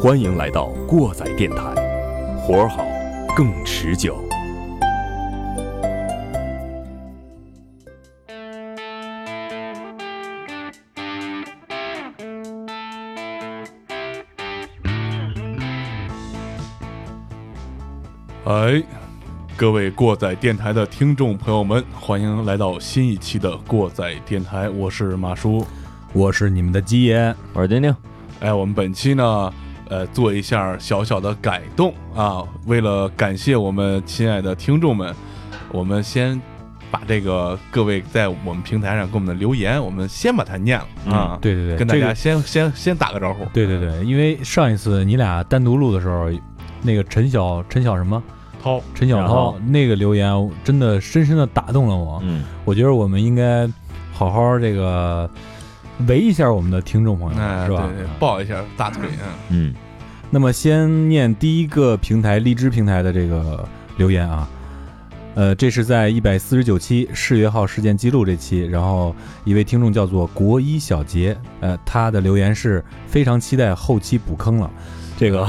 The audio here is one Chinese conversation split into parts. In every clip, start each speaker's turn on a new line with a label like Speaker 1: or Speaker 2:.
Speaker 1: 欢迎来到过载电台，活儿好，更持久。
Speaker 2: 哎，各位过载电台的听众朋友们，欢迎来到新一期的过载电台，我是马叔。
Speaker 3: 我是你们的鸡爷，
Speaker 4: 我是丁丁，
Speaker 2: 哎，我们本期呢，呃，做一下小小的改动啊，为了感谢我们亲爱的听众们，我们先把这个各位在我们平台上给我们的留言，我们先把它念了啊、
Speaker 3: 嗯对对对，
Speaker 2: 跟大
Speaker 3: 这
Speaker 2: 家
Speaker 3: 个
Speaker 2: 先、先先打个招呼。
Speaker 3: 对对对，因为上一次你俩单独录的时候，那个陈晓陈晓什么
Speaker 2: 涛，
Speaker 3: 陈晓
Speaker 4: 然后
Speaker 3: 涛那个留言，真的深深的打动了我。
Speaker 4: 嗯，
Speaker 3: 我觉得我们应该好好这个围一下我们的听众朋友，
Speaker 2: 哎，
Speaker 3: 是
Speaker 2: 对
Speaker 3: 吧？
Speaker 2: 对，抱一下大腿，嗯，
Speaker 4: 嗯，
Speaker 3: 那么先念第一个平台荔枝平台的这个留言啊，呃，这是在一百四十九期视觉号事件记录这期，然后一位听众叫做国一小杰，呃，他的留言是非常期待后期补坑了。这个，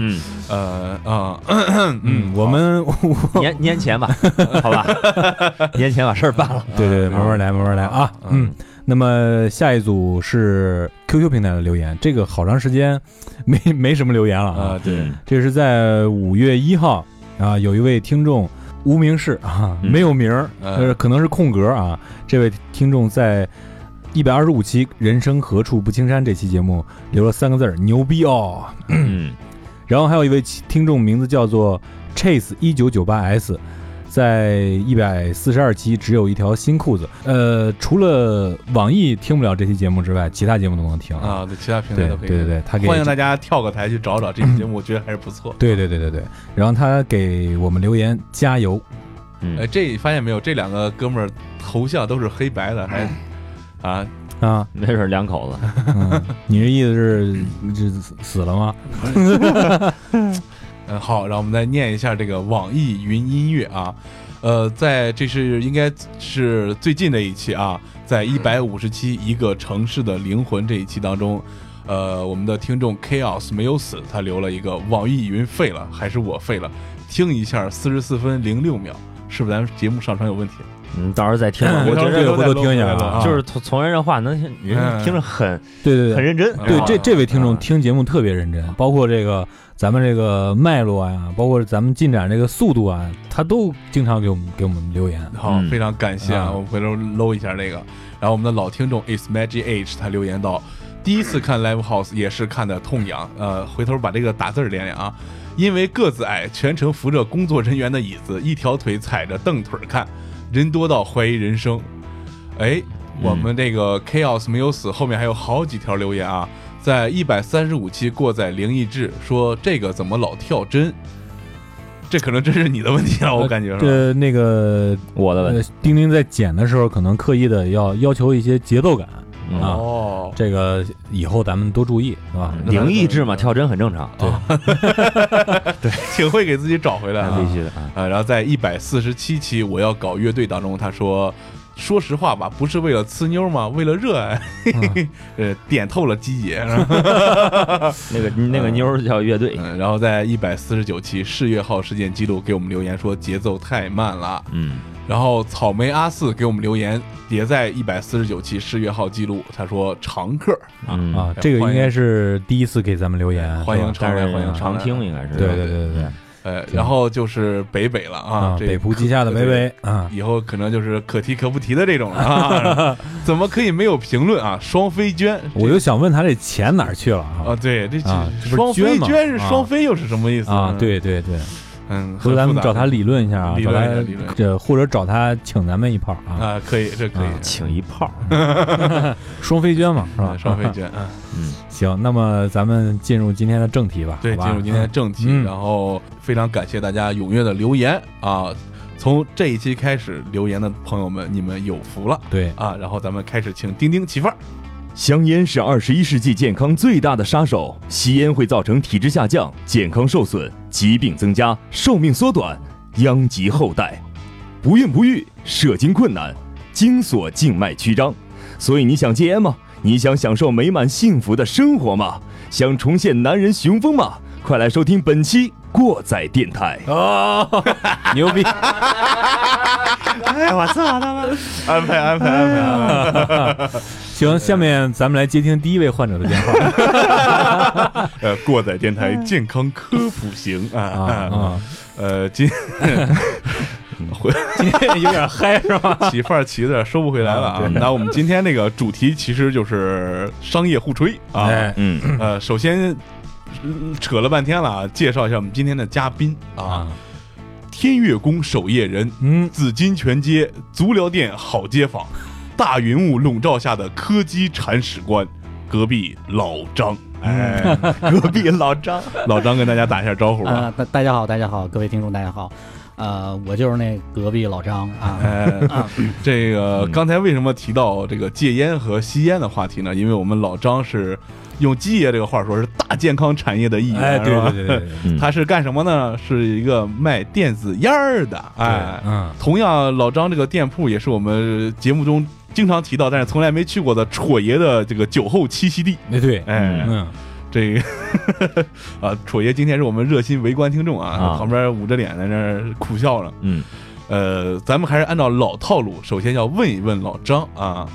Speaker 4: 嗯，
Speaker 2: 呃啊，
Speaker 3: 嗯，
Speaker 2: 好
Speaker 3: 我们
Speaker 4: 年年前吧，好吧，年前把事儿办了。
Speaker 3: 对对对，慢慢来，慢慢来啊，嗯。那么下一组是 QQ 平台的留言，这个好长时间没没什么留言了啊，
Speaker 2: 啊，对，
Speaker 3: 这是在五月一号啊，有一位听众无名氏啊，
Speaker 4: 嗯
Speaker 3: 没有名儿，
Speaker 2: 嗯
Speaker 3: 呃，可能是空格啊。这位听众在一百二十五期《人生何处不青山》这期节目留了三个字儿：牛逼哦。
Speaker 4: 嗯，
Speaker 3: 然后还有一位听众名字叫做 Chase 一九九八 S，在一百四十二期只有一条新裤子。呃，除了网易听不了这期节目之外，其他节目都能听。
Speaker 2: 啊，对，其他平台
Speaker 3: 对
Speaker 2: 都可
Speaker 3: 对
Speaker 2: 以。
Speaker 3: 对对，他给
Speaker 2: 欢迎大家跳个台去找找这期节目，我觉得还是不 错。
Speaker 3: 对对对对对，然后他给我们留言加油，
Speaker 4: 嗯
Speaker 2: 哎，这发现没有？这两个哥们儿头像都是黑白的，还啊，
Speaker 3: 啊，
Speaker 4: 那是两口子，
Speaker 3: 嗯，你这意思是这死了吗？
Speaker 2: 嗯，好，让我们再念一下这个网易云音乐啊，呃，在这是应该是最近的一期啊，在一百五十期《一个城市的灵魂》这一期当中，呃，我们的听众 Chaos 没有死，他留了一个网易云废了，还是我废了？听一下，四十四分零六秒，是不是咱们节目上传有问题？
Speaker 4: 嗯，到时候再听吧。
Speaker 2: 嗯
Speaker 4: 我觉
Speaker 2: 对
Speaker 4: 得
Speaker 2: 回头
Speaker 3: 回头听一下
Speaker 2: 啊
Speaker 3: 啊。
Speaker 4: 就是从从人这话能听，人听着很
Speaker 3: 对对
Speaker 4: 很
Speaker 3: 对，
Speaker 4: 认真。
Speaker 3: 对
Speaker 4: 啊
Speaker 3: 这这位听众
Speaker 4: 啊
Speaker 3: 听节目特别认真，包括这个咱们这个脉络呀，包括咱们进展这个速度啊，他都经常给我们给我们留言。
Speaker 2: 好，
Speaker 4: 嗯
Speaker 2: 非常感谢啊！
Speaker 3: 啊
Speaker 2: 我回头搂一下这个。然后我们的老听众 is magic h 他留言到，第一次看 live house 也是看的痛痒，呃，回头把这个打字儿连连啊。因为个子矮，全程扶着工作人员的椅子，一条腿踩着凳腿儿看，人多到怀疑人生。哎，我们这个 chaos 没有死，后面还有好几条留言啊。在一百三十五期过载灵异志说这个怎么老跳针？这可能真是你的问题了，我感觉是吧。
Speaker 3: 这那个
Speaker 4: 我的问
Speaker 3: 呃
Speaker 4: 题，
Speaker 3: 丁丁在剪的时候，可能刻意的要要求一些节奏感，
Speaker 4: 嗯
Speaker 3: 啊
Speaker 2: 哦，
Speaker 3: 这个以后咱们多注意，是吧？
Speaker 2: 嗯
Speaker 4: 灵异质嘛，跳针很正常，啊
Speaker 2: 挺会给自己找回来
Speaker 4: 那
Speaker 2: 啊
Speaker 4: 必。须的啊。
Speaker 2: 啊，然后在一百四十七期我要搞乐队当中，他说：“说实话吧，不是为了呲妞吗？为了热爱。
Speaker 4: 嗯
Speaker 2: 呃，点透了鸡姐。是吧
Speaker 4: 那个那个妞儿叫乐队，
Speaker 2: 嗯，然后在一百四十九期世越号事件记录给我们留言说节奏太慢了。
Speaker 4: 嗯
Speaker 2: 然后草莓阿四给我们留言也在一百四十九期世越号记录，他说常客，
Speaker 4: 嗯
Speaker 3: 啊，这个应该是第一次给咱们留言，
Speaker 2: 欢迎
Speaker 3: 是吧
Speaker 2: 常来，欢迎
Speaker 4: 哎常
Speaker 2: 来
Speaker 4: 听。嗯应该是
Speaker 3: 对对对对对
Speaker 2: 呃，然后就是北北了啊，
Speaker 3: 啊，
Speaker 2: 这
Speaker 3: 北浦稷 下的北北啊，
Speaker 2: 以后可能就是可提可不提的这种了 啊！怎么可以没有评论啊？双飞娟，
Speaker 3: 我就想问他这钱哪儿去了啊？
Speaker 2: 啊，对，这
Speaker 3: 啊这不是
Speaker 2: 双飞
Speaker 3: 娟吗
Speaker 2: 娟是
Speaker 3: 啊
Speaker 2: 双飞又是什么意思
Speaker 3: 啊，，对对对，
Speaker 2: 嗯，
Speaker 3: 回头咱们找他理论一下啊，
Speaker 2: 理
Speaker 3: 找
Speaker 2: 论一下
Speaker 3: 他
Speaker 2: 理论一下
Speaker 3: 这或者找他请咱们一炮啊，
Speaker 2: 啊，可以，这可以，
Speaker 4: 请一炮，
Speaker 3: 双飞娟嘛是吧？
Speaker 2: 双飞 娟，啊，
Speaker 4: 嗯，
Speaker 3: 行，那么咱们进入今天的正题吧，
Speaker 2: 对，
Speaker 3: 好吧
Speaker 2: 进入今天的正题，
Speaker 3: 嗯
Speaker 2: 然后非常感谢大家踊跃的留言啊！从这一期开始留言的朋友们，你们有福了
Speaker 3: 对，
Speaker 2: 啊！然后咱们开始请丁丁起范儿，
Speaker 5: 香烟是二十一世纪健康最大的杀手，吸烟会造成体质下降、健康受损、疾病增加、寿命缩短，殃及后代，不孕不育、射精困难、精索静脉曲张。所以你想戒烟吗？你想享受美满幸福的生活吗？想重现男人雄风吗？快来收听本期过载电台。
Speaker 3: 哦，牛逼！
Speaker 4: 哎，我操他妈！
Speaker 2: 安排安排安排安排。
Speaker 3: 行，下面咱们来接听第一位患者的 电话
Speaker 2: 呃，过载电台健康科普型啊
Speaker 3: 啊啊！
Speaker 2: 呃， 今回
Speaker 3: 今天有点嗨是吧？
Speaker 2: 起范儿起有点收不回来了啊。那我们今天那个主题其实就是商业互吹啊。
Speaker 3: 哎，
Speaker 5: 嗯，
Speaker 2: 呃，首先嗯扯了半天了啊，介绍一下我们今天的嘉宾啊，天乐宫守夜人，
Speaker 3: 嗯，
Speaker 2: 紫金泉街足疗店好街坊，大云雾笼罩下的柯基铲屎官，隔壁老张。
Speaker 3: 嗯
Speaker 2: 哎，
Speaker 5: 隔壁老 张，
Speaker 2: 老张跟大家打一下招呼吧。
Speaker 6: 啊，大大家好，大家好，各位听众，大家好，呃，我就是那隔壁老张啊，
Speaker 2: 哎，这
Speaker 3: 嗯
Speaker 2: 个刚才为什么提到这个戒烟和吸烟的话题呢？因为我们老张是用基爷这个话说，是大健康产业的一员，
Speaker 3: 哎，对
Speaker 2: 是吧
Speaker 3: 对对对对，
Speaker 5: 嗯
Speaker 2: 他是干什么呢？是一个卖电子烟儿的。哎，
Speaker 3: 嗯，
Speaker 2: 同样，老张这个店铺也是我们节目中经常提到，但是从来没去过的戳爷的这个酒后栖息地。
Speaker 3: 那对，
Speaker 2: 哎，
Speaker 3: 嗯，
Speaker 2: 这个 啊，戳爷今天是我们热心围观听众啊，
Speaker 5: 啊
Speaker 2: 旁边捂着脸在那儿苦笑呢。
Speaker 5: 嗯，
Speaker 2: 呃，咱们还是按照老套路，首先要问一问老张啊，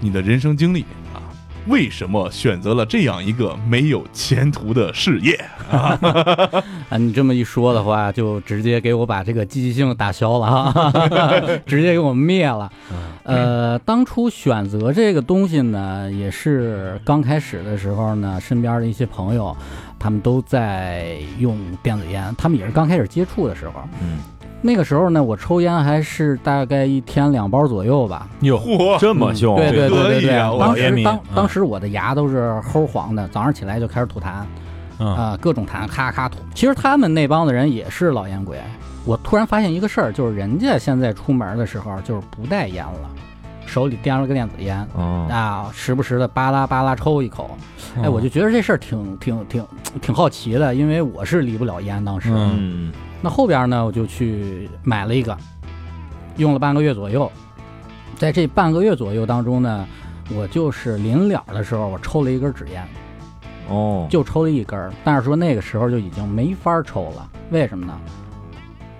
Speaker 2: 你的人生经历啊，为什么选择了这样一个没有前途的事业？
Speaker 6: 啊，你这么一说的话，就直接给我把这个积极性打消了哈， 直接给我灭了。呃，当初选择这个东西呢，也是刚开始的时候呢，身边的一些朋友，他们都在用电子烟，他们也是刚开始接触的时候，
Speaker 5: 嗯，
Speaker 6: 那个时候呢，我抽烟还是大概一天两包左右吧，
Speaker 3: 哟，
Speaker 2: 嚯，
Speaker 5: 这么凶，
Speaker 6: 对对对对
Speaker 2: 可以
Speaker 6: 对，
Speaker 2: 啊我
Speaker 6: 当
Speaker 3: 烟
Speaker 6: 时
Speaker 3: 民
Speaker 6: 当
Speaker 3: 嗯
Speaker 6: 当时我的牙都是齁黄的，早上起来就开始吐痰啊、
Speaker 3: 嗯
Speaker 6: 各种痰，咔咔吐。其实他们那帮子人也是老烟鬼。我突然发现一个事儿，就是人家现在出门的时候就是不带烟了，手里掂了个电子烟。
Speaker 5: 哦，
Speaker 6: 啊，时不时的巴拉巴拉抽一口，哎，我就觉得这事儿挺挺挺挺好奇的，因为我是离不了烟，当时。
Speaker 3: 嗯
Speaker 5: 嗯，
Speaker 6: 那后边呢，我就去买了一个，用了半个月左右。在这半个月左右当中呢，我就是临了的时候，我抽了一根纸烟，
Speaker 5: 哦，
Speaker 6: 就抽了一根儿。但是说那个时候就已经没法抽了，为什么呢？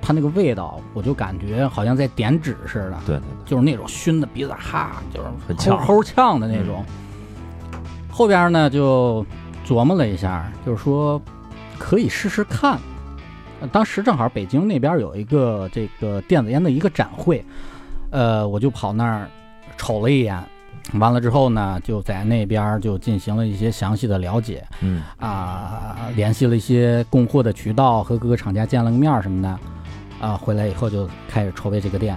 Speaker 6: 它那个味道，我就感觉好像在点纸似的，
Speaker 5: 对对
Speaker 6: 就是那种熏的鼻子哈，就是
Speaker 5: 很
Speaker 6: 齁
Speaker 5: 呛嗯
Speaker 6: 齁呛的那种。后边呢就琢磨了一下，就是说可以试试看。呃当时正好北京那边有一个这个电子烟的一个展会，呃，我就跑那儿瞅了一眼。完了之后呢，就在那边就进行了一些详细的了解，
Speaker 5: 对，嗯，
Speaker 6: 啊、联系了一些供货的渠道，和各个厂家见了个面儿什么的，啊、回来以后就开始筹备这个店，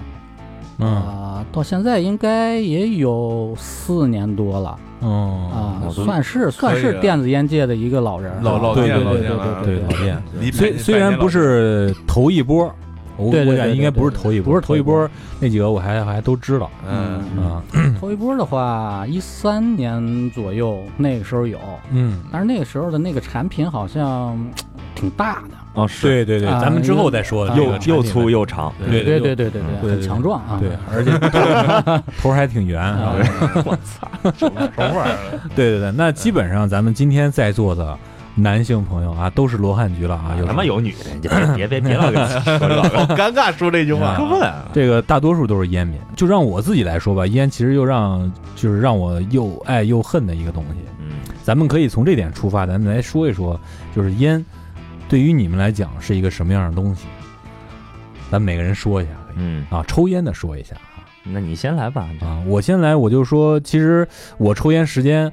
Speaker 3: 嗯
Speaker 6: 啊、到现在应该也有四年多了
Speaker 3: 嗯，
Speaker 6: 啊、
Speaker 5: 我都
Speaker 6: 算是算
Speaker 2: 可以
Speaker 6: 是
Speaker 2: 了
Speaker 6: 电子烟界的一个老人啊儿，
Speaker 2: 老老
Speaker 6: 对
Speaker 3: 店
Speaker 6: 对
Speaker 3: 老
Speaker 6: 对
Speaker 2: 店啊嗯
Speaker 6: 对
Speaker 2: 了
Speaker 6: 对
Speaker 3: 对，老燕，
Speaker 2: 离百
Speaker 3: 虽虽然不是头一波，我
Speaker 6: 对对
Speaker 3: 我
Speaker 6: 对
Speaker 3: 感觉应该不是头一波，
Speaker 6: 不是头一波
Speaker 3: 头一波那几个我还还都知道
Speaker 2: 嗯，
Speaker 3: 啊，
Speaker 6: 头一波的话，一三年左右那个时候有，
Speaker 3: 嗯，
Speaker 6: 但是那个时候的那个产品好像嗯挺大的，
Speaker 5: 哦是，
Speaker 3: 对对对，
Speaker 6: 啊
Speaker 3: 咱们之后再说，
Speaker 5: 又
Speaker 3: 这个
Speaker 6: 又
Speaker 3: 产品
Speaker 5: 又粗又长，
Speaker 3: 对
Speaker 6: 对
Speaker 3: 对
Speaker 6: 对对对
Speaker 5: 嗯
Speaker 3: 对
Speaker 6: 很强壮啊，
Speaker 3: 对，而且 头儿还挺圆啊
Speaker 6: 啊。
Speaker 2: 什么玩意儿？
Speaker 3: 对对对，那基本上咱们今天在座的男性朋友啊，都是罗汉局了啊，有
Speaker 4: 他妈有女的，你就别别别别老 跟我说这个。
Speaker 2: 好尴尬，说这句话
Speaker 3: 啊。
Speaker 4: 过分啊！
Speaker 3: 这个大多数都是烟民。就让我自己来说吧，烟其实又让就是让我又爱又恨的一个东西。
Speaker 5: 嗯，
Speaker 3: 咱们可以从这点出发，咱们来说一说，就是烟对于你们来讲是一个什么样的东西？咱们每个人说一下，可以
Speaker 5: 嗯，
Speaker 3: 啊，抽烟的说一下啊。
Speaker 5: 那你先来吧，
Speaker 3: 啊，我先来，我就说，其实我抽烟时间，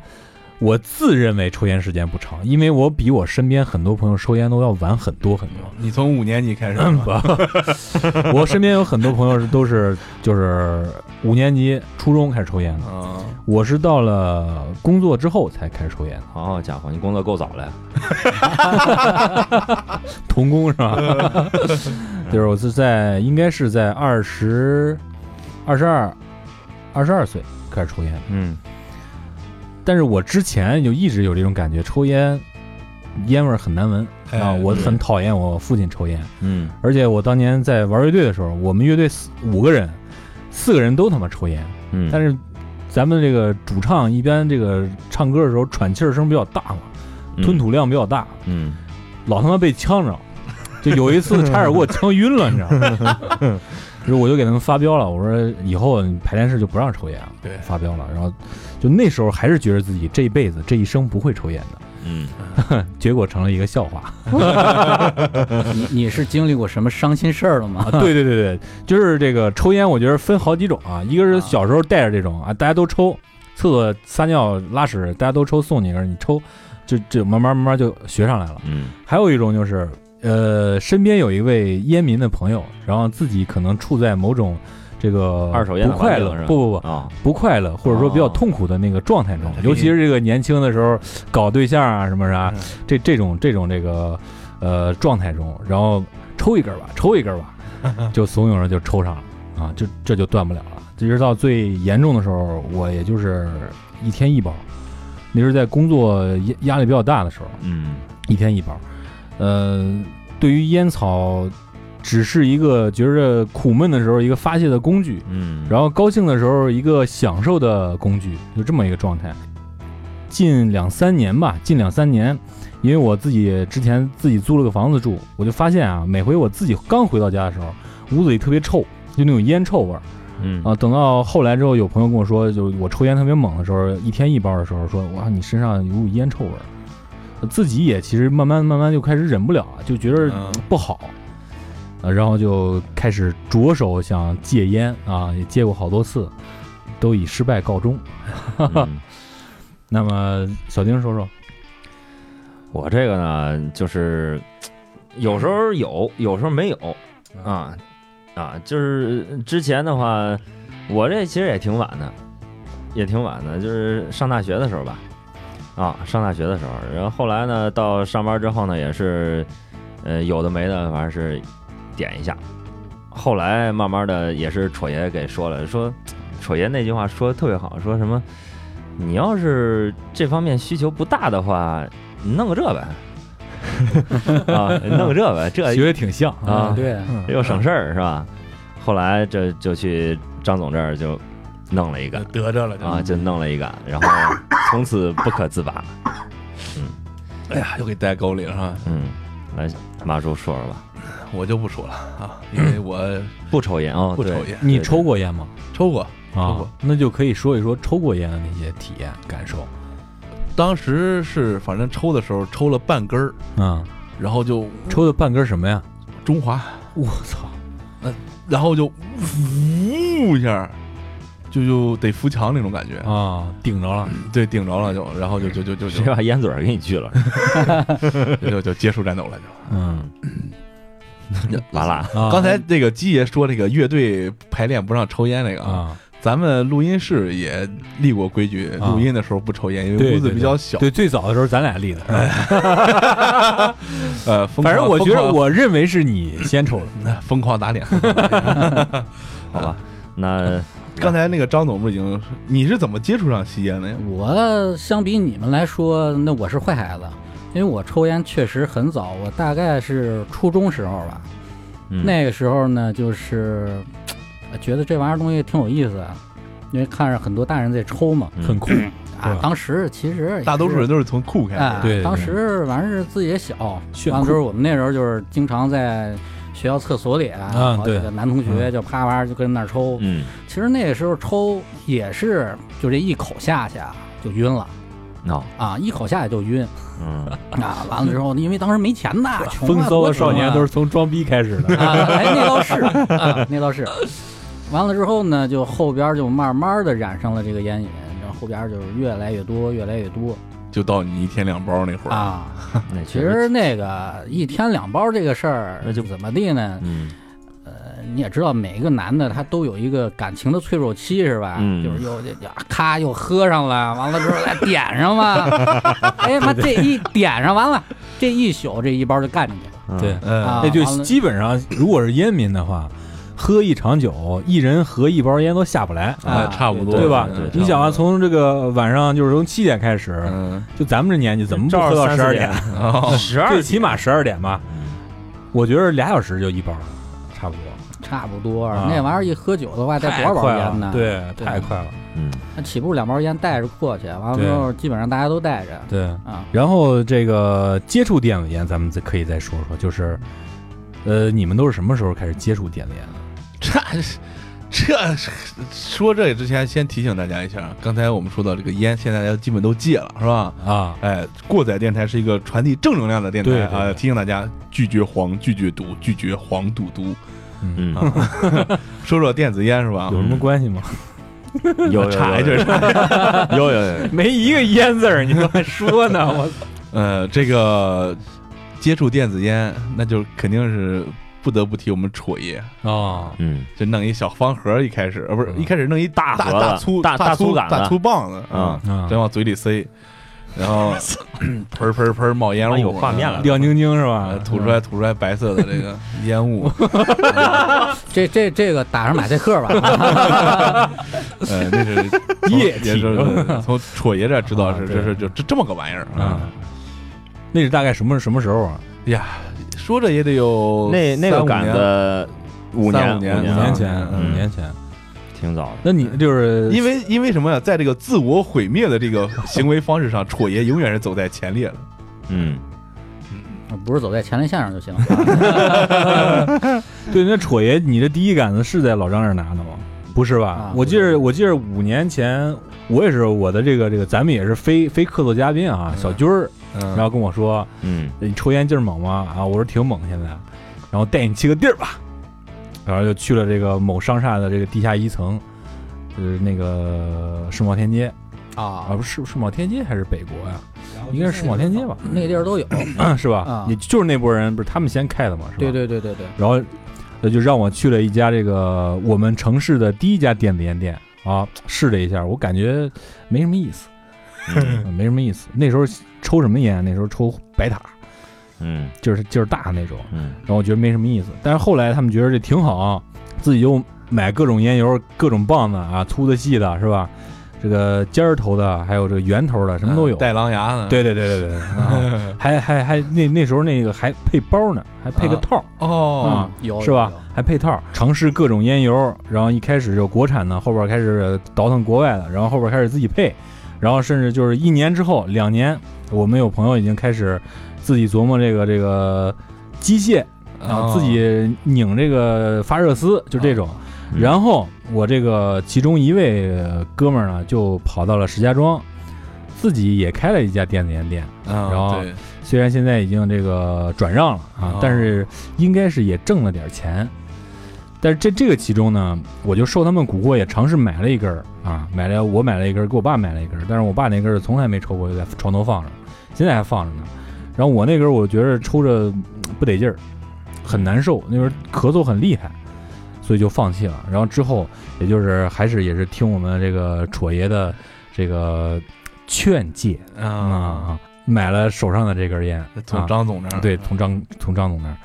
Speaker 3: 我自认为抽烟时间不长，因为我比我身边很多朋友抽烟都要晚很多很多。
Speaker 2: 你从五年级开始
Speaker 3: 嗯
Speaker 2: 吧，
Speaker 3: 我身边有很多朋友是都是就是五年级、初中开始抽烟的，
Speaker 2: 嗯，
Speaker 3: 我是到了工作之后才开始抽烟的，
Speaker 5: 好家伙，你工作够早了呀，
Speaker 3: 童工是吧？ 就是我是在应该是在二十、二十二、二十二岁开始抽烟。
Speaker 5: 嗯，
Speaker 3: 但是我之前就一直有这种感觉，抽烟烟味儿很难闻
Speaker 2: 哎
Speaker 3: 啊，我
Speaker 5: 对
Speaker 3: 很讨厌我父亲抽烟，
Speaker 5: 嗯，
Speaker 3: 而且我当年在玩乐队的时候，我们乐队四五个人，四个人都他妈抽烟，
Speaker 5: 嗯，
Speaker 3: 但是咱们这个主唱一般这个唱歌的时候喘气儿声比较大嘛，吞，吐量比较大，
Speaker 5: 嗯，
Speaker 3: 老他妈被呛着，就有一次差点给我呛晕了，你知道吗？ 就是我就给他们发飙了，我说以后你排练室就不让抽烟了，
Speaker 2: 对
Speaker 3: 发飙了。然后就那时候还是觉得自己这一辈子这一生不会抽烟的，
Speaker 5: 嗯，
Speaker 3: 结果成了一个笑话。
Speaker 6: 你你是经历过什么伤心事儿了吗？
Speaker 3: 啊，对对对对， 就是这个抽烟，我觉得分好几种啊，一个是小时候带着这种啊，大家都抽，厕所撒尿拉屎大家都抽，送你一根，你抽，就就慢慢慢慢就学上来了。
Speaker 5: 嗯，
Speaker 3: 还有一种就是，呃，身边有一位烟民的朋友，然后自己可能处在某种这个
Speaker 5: 二手烟的
Speaker 3: 不快
Speaker 5: 环境
Speaker 3: 乐
Speaker 5: 是，吧哦
Speaker 3: 不不不，
Speaker 5: 啊，
Speaker 3: 不快乐，或者说比较痛苦的那个状态中，
Speaker 2: 哦
Speaker 3: 尤其是这个年轻的时候搞对象啊什么啥，
Speaker 5: 嗯
Speaker 3: 这这种这种这个呃状态中，然后抽一根吧，抽一根吧， 就怂恿着就抽上了啊，就这就断不了了。一直到最严重的时候，我也就是一天一包，那是在工作压压力比较大的时候，
Speaker 5: 嗯，
Speaker 3: 一天一包。呃，对于烟草，只是一个觉着苦闷的时候一个发泄的工具，
Speaker 5: 嗯，
Speaker 3: 然后高兴的时候一个享受的工具，就这么一个状态。近两三年吧，近两三年，因为我自己之前自己租了个房子住，我就发现啊，每回我自己刚回到家的时候，屋子里特别臭，就那种烟臭味儿
Speaker 5: 嗯，
Speaker 3: 啊。等到后来之后，有朋友跟我说，就我抽烟特别猛的时候，一天一包的时候，说哇，你身上有股烟臭味儿。自己也其实慢慢慢慢就开始忍不了了，就觉得
Speaker 2: 嗯
Speaker 3: 不好，呃，然后就开始着手想戒烟啊，也戒过好多次，都以失败告终。
Speaker 5: 嗯
Speaker 3: 那么小丁说说，
Speaker 5: 我这个呢，就是有时候有，有时候没有啊啊，就是之前的话，我这其实也挺晚的，也挺晚的，就是上大学的时候吧，啊，上大学的时候，然后后来呢，到上班之后呢，也是呃有的没的，反正是点一下，后来慢慢的也是戳爷给说了，说戳爷那句话说的特别好，说什么？你要是这方面需求不大的话，你弄个这呗， 啊，你弄个这呗，这
Speaker 3: 其实也挺像
Speaker 5: 啊
Speaker 6: 对，
Speaker 5: 又省
Speaker 2: 嗯
Speaker 5: 事儿是吧？后来这就去张总这儿就弄了一个
Speaker 2: 得着了就
Speaker 5: 啊，就弄了一个，然后从此不可自拔。
Speaker 2: 哎呀，又给带沟里了哈，
Speaker 5: 嗯，来马叔说说吧，
Speaker 2: 我就不说了啊，因为我
Speaker 3: 哦
Speaker 5: 不抽烟啊，
Speaker 2: 不抽
Speaker 5: 对，
Speaker 2: 烟，哦
Speaker 3: 你抽过烟吗？
Speaker 2: 抽过。抽
Speaker 3: 啊
Speaker 2: 过，
Speaker 3: 那就可以说一说抽过烟的那些体验感受。
Speaker 2: 当时是反正抽的时候抽了半根儿，
Speaker 3: 啊，
Speaker 2: 然后就
Speaker 3: 抽的半根什么呀？
Speaker 2: 中华，
Speaker 3: 我操！
Speaker 2: 然后就呜一下，就就得扶墙那种感觉，
Speaker 3: 啊，顶着了，
Speaker 2: 对，顶着了就，然后就就就就
Speaker 5: 谁
Speaker 2: 就
Speaker 5: 把烟嘴儿给你去了？
Speaker 2: 就就结束战斗了就。
Speaker 3: 嗯，
Speaker 5: 完了，
Speaker 3: 啊
Speaker 2: 刚才这个鸡爷说这个乐队排练不让抽烟那个，
Speaker 3: 啊，
Speaker 2: 咱们录音室也立过规矩，
Speaker 3: 啊
Speaker 2: 录音的时候不抽烟，因
Speaker 3: 对
Speaker 2: 为屋子
Speaker 3: 对
Speaker 2: 比
Speaker 3: 对
Speaker 2: 较小。
Speaker 3: 对，最早的时候咱俩立的，
Speaker 2: 呃，疯狂
Speaker 3: 哎反正我觉
Speaker 2: 疯
Speaker 3: 得，
Speaker 2: 狂
Speaker 3: 我认为是你先抽的。
Speaker 2: 疯狂打 脸。
Speaker 5: 好 吧，那
Speaker 2: 刚才那个张总不已经，你是怎么接触上吸烟的 呀？
Speaker 6: 我相比你们来说，那我是坏孩子，因为我抽烟确实很早，我大概是初中时候吧。
Speaker 5: 嗯
Speaker 6: 那个时候呢，就是呃觉得这玩意儿东西挺有意思的，因为看着很多大人在抽嘛。
Speaker 5: 嗯
Speaker 3: 很酷，
Speaker 6: 啊
Speaker 3: 对，
Speaker 6: 当时其实也是
Speaker 2: 大多数人都是从酷开
Speaker 6: 哎
Speaker 2: 始，，
Speaker 3: 对对
Speaker 6: 当时反正是自己也小，
Speaker 3: 炫
Speaker 6: 完了
Speaker 3: 酷
Speaker 6: 之后我们那时候就是经常在学校厕所里啊，
Speaker 3: 嗯
Speaker 6: 好几
Speaker 3: 对
Speaker 6: 个男同学就啪啪就跟那儿抽。
Speaker 5: 嗯
Speaker 6: 其实那个时候抽也是就这一口下去啊就晕了
Speaker 5: 那
Speaker 6: 啊，一口下去就晕
Speaker 5: 嗯
Speaker 6: 啊。完了之后，因为当时没钱呐，穷啊
Speaker 3: 风骚
Speaker 6: 多
Speaker 3: 的
Speaker 6: 穷
Speaker 3: 少
Speaker 6: 啊
Speaker 3: 年都是从装逼开始的。
Speaker 6: 啊，哎，那倒是，啊，那倒是。完了之后呢，就后边就慢慢的染上了这个烟瘾，然后后边就是越来越多，越来越多
Speaker 2: 就到你一天两包那会儿，
Speaker 6: 啊。
Speaker 5: 那
Speaker 6: 其实那个一天两包这个事儿，
Speaker 5: 那就
Speaker 6: 怎么地呢？
Speaker 5: 嗯
Speaker 6: 你也知道，每一个男的他都有一个感情的脆弱期，是吧？
Speaker 5: 嗯
Speaker 6: 就是又这这咔又喝上了，完了之后再点上吧。哎妈，这一点上完了，这一宿这一包就干进去 了。
Speaker 3: 对，
Speaker 2: 嗯
Speaker 6: 啊
Speaker 3: 那就
Speaker 6: 完了
Speaker 3: 基本上，如果是烟民的话，喝一场酒，一人合一包烟都下不来，
Speaker 2: 哎
Speaker 6: 啊
Speaker 2: 差不多，
Speaker 3: 对吧
Speaker 5: 对？
Speaker 3: 你想啊，从这个晚上就是从七点开始，
Speaker 2: 嗯，
Speaker 3: 就咱们这年纪，怎么不
Speaker 5: 照
Speaker 3: 喝
Speaker 5: 着
Speaker 3: 到
Speaker 5: 三
Speaker 3: 十
Speaker 5: 四
Speaker 3: 二
Speaker 5: 点
Speaker 3: 点？嗯
Speaker 2: 哦
Speaker 5: 十二
Speaker 3: 最起码 十二点吧。我觉得俩小时就一包了，差不多。
Speaker 6: 差不多，
Speaker 3: 啊
Speaker 6: 那玩意儿一喝酒的话，得多
Speaker 3: 太
Speaker 6: 少包
Speaker 3: 快
Speaker 6: 烟
Speaker 3: 了
Speaker 6: 呢？，
Speaker 3: 对，
Speaker 6: 对
Speaker 3: 太快了。
Speaker 5: 嗯
Speaker 6: 那起步两包烟带着过去，完了之后基本上大家都带着
Speaker 3: 对，
Speaker 6: 啊，
Speaker 3: 然后这个接触电子烟，咱们再可以再说说，就是，呃，你们都是什么时候开始接触电子烟的？
Speaker 2: 这这说这之前，先提醒大家一下，刚才我们说到这个烟，现在大家基本都戒了，是吧？
Speaker 3: 啊，
Speaker 2: 哎，过载电台是一个传递正能量的电台
Speaker 3: 对对
Speaker 2: 啊、
Speaker 3: 对
Speaker 2: 提醒大家拒绝黄，拒绝毒，拒绝黄赌毒。
Speaker 3: 嗯，
Speaker 5: 嗯，
Speaker 2: 说说电子烟是吧
Speaker 3: 有？什么关系吗？
Speaker 5: 有有
Speaker 2: 查一
Speaker 5: 有
Speaker 2: 下，
Speaker 5: 有有有，
Speaker 3: 没一个烟字儿，你还说呢？我
Speaker 2: 呃，这个接触电子烟，那就肯定是不得不提我们戳爷，
Speaker 3: 哦，
Speaker 5: 嗯
Speaker 2: 就弄一小方盒，一开始呃不是
Speaker 3: 嗯
Speaker 2: 一开始弄一大
Speaker 5: 大
Speaker 2: 大
Speaker 5: 盒子
Speaker 2: 粗
Speaker 5: 大
Speaker 2: 大
Speaker 5: 大粗杆子
Speaker 2: 大粗棒子
Speaker 5: 啊，
Speaker 3: 啊
Speaker 2: 真，往嘴里塞，然后 喷儿喷儿喷儿冒烟雾，
Speaker 5: 啊有画面了
Speaker 3: 亮晶晶是吧
Speaker 2: 啊，？吐出来吐出来白色的这个烟雾，
Speaker 6: 这这这个打上马赛克吧，
Speaker 2: 呃，那是
Speaker 3: 液
Speaker 2: 也
Speaker 3: 体
Speaker 2: 是从戳爷这知道
Speaker 3: 啊
Speaker 2: 是
Speaker 3: 对
Speaker 2: 这是就这这么个玩意儿啊。
Speaker 3: 啊，那是大概什么什么时候啊？
Speaker 2: 呀，说着也得有
Speaker 5: 那那
Speaker 2: 三
Speaker 5: 个
Speaker 2: 五
Speaker 5: 杆
Speaker 2: 年
Speaker 5: 子五
Speaker 2: 三
Speaker 5: 年
Speaker 2: 五年
Speaker 3: 五
Speaker 2: 啊
Speaker 5: 啊
Speaker 3: 年前，
Speaker 2: 嗯
Speaker 3: 五年前。
Speaker 5: 挺早的，
Speaker 3: 那你就是
Speaker 2: 因为因为什么呀？在这个自我毁灭的这个行为方式上，戳爷永远是走在前列的。
Speaker 5: 嗯
Speaker 6: 不是走在前列腺上就行了。
Speaker 3: 对那戳爷，你的第一杆子是在老张这儿拿的吗？不是吧？
Speaker 6: 啊
Speaker 3: 我记着，我记着五年前，我也是我的这个这个，咱们也是非非客座嘉宾啊，小军儿，
Speaker 2: 嗯
Speaker 3: 然后跟我说
Speaker 5: 嗯
Speaker 3: 你抽烟劲儿猛吗？啊，我说挺猛，现在，然后带你去个地儿吧，然后就去了这个某商厦的这个地下一层，就是那个世贸天街啊，
Speaker 6: 啊，
Speaker 3: 不是世贸天街还是北国呀、 应该是世贸天街吧，
Speaker 6: 那个地儿都有。
Speaker 3: 是吧？
Speaker 6: 啊
Speaker 3: 你就是那波人，不是他们先开的嘛，是吧？
Speaker 6: 对对对对对，
Speaker 3: 然后呃就让我去了一家这个我们城市的第一家电子烟店啊，试了一下，我感觉没什么意思，嗯 没什么意思。那时候抽什么烟？那时候抽白塔，
Speaker 5: 嗯
Speaker 3: 就是劲儿大那种，
Speaker 5: 嗯
Speaker 3: 然后我觉得没什么意思。但是后来他们觉得这挺好啊，自己又买各种烟油、各种棒子啊，粗的、细的，是吧？这个尖儿头的，还有这个圆头的，什么都有。
Speaker 2: 啊带狼牙呢。
Speaker 3: 对对对对对对，啊还还还那那时候那个还配包呢，还配个
Speaker 2: 啊
Speaker 3: 套儿。
Speaker 2: 哦，
Speaker 3: 啊
Speaker 6: 有
Speaker 3: 是吧？还配套，尝试各种烟油，然后一开始就国产的，后边开始倒腾国外的，然后后边开始自己配，然后甚至就是一年之后，两年，我们有朋友已经开始自己琢磨这个这个机械，然后
Speaker 2: 哦
Speaker 3: 自己拧这个发热丝，就这种。
Speaker 5: 嗯
Speaker 3: 然后我这个其中一位呃哥们儿呢，就跑到了石家庄，自己也开了一家电子烟店。
Speaker 2: 啊
Speaker 3: 然后
Speaker 2: 对
Speaker 3: 虽然现在已经这个转让了啊
Speaker 2: 哦，
Speaker 3: 但是应该是也挣了点钱。但是这这个其中呢，我就受他们蛊惑，也尝试买了一根儿啊，买了我买了一根儿，给我爸买了一根儿，但是我爸那根儿从来没抽过，就在床头放着，现在还放着呢。然后我那根儿我觉着抽着嗯不得劲儿，很难受，那时候咳嗽很厉害，所以就放弃了。然后之后也就是还是也是听我们这个戳爷的这个劝诫，
Speaker 2: 啊，
Speaker 3: 啊，买了手上的这根烟，
Speaker 2: 从张总那
Speaker 3: 啊
Speaker 2: 儿
Speaker 3: 对，从张从张总那儿，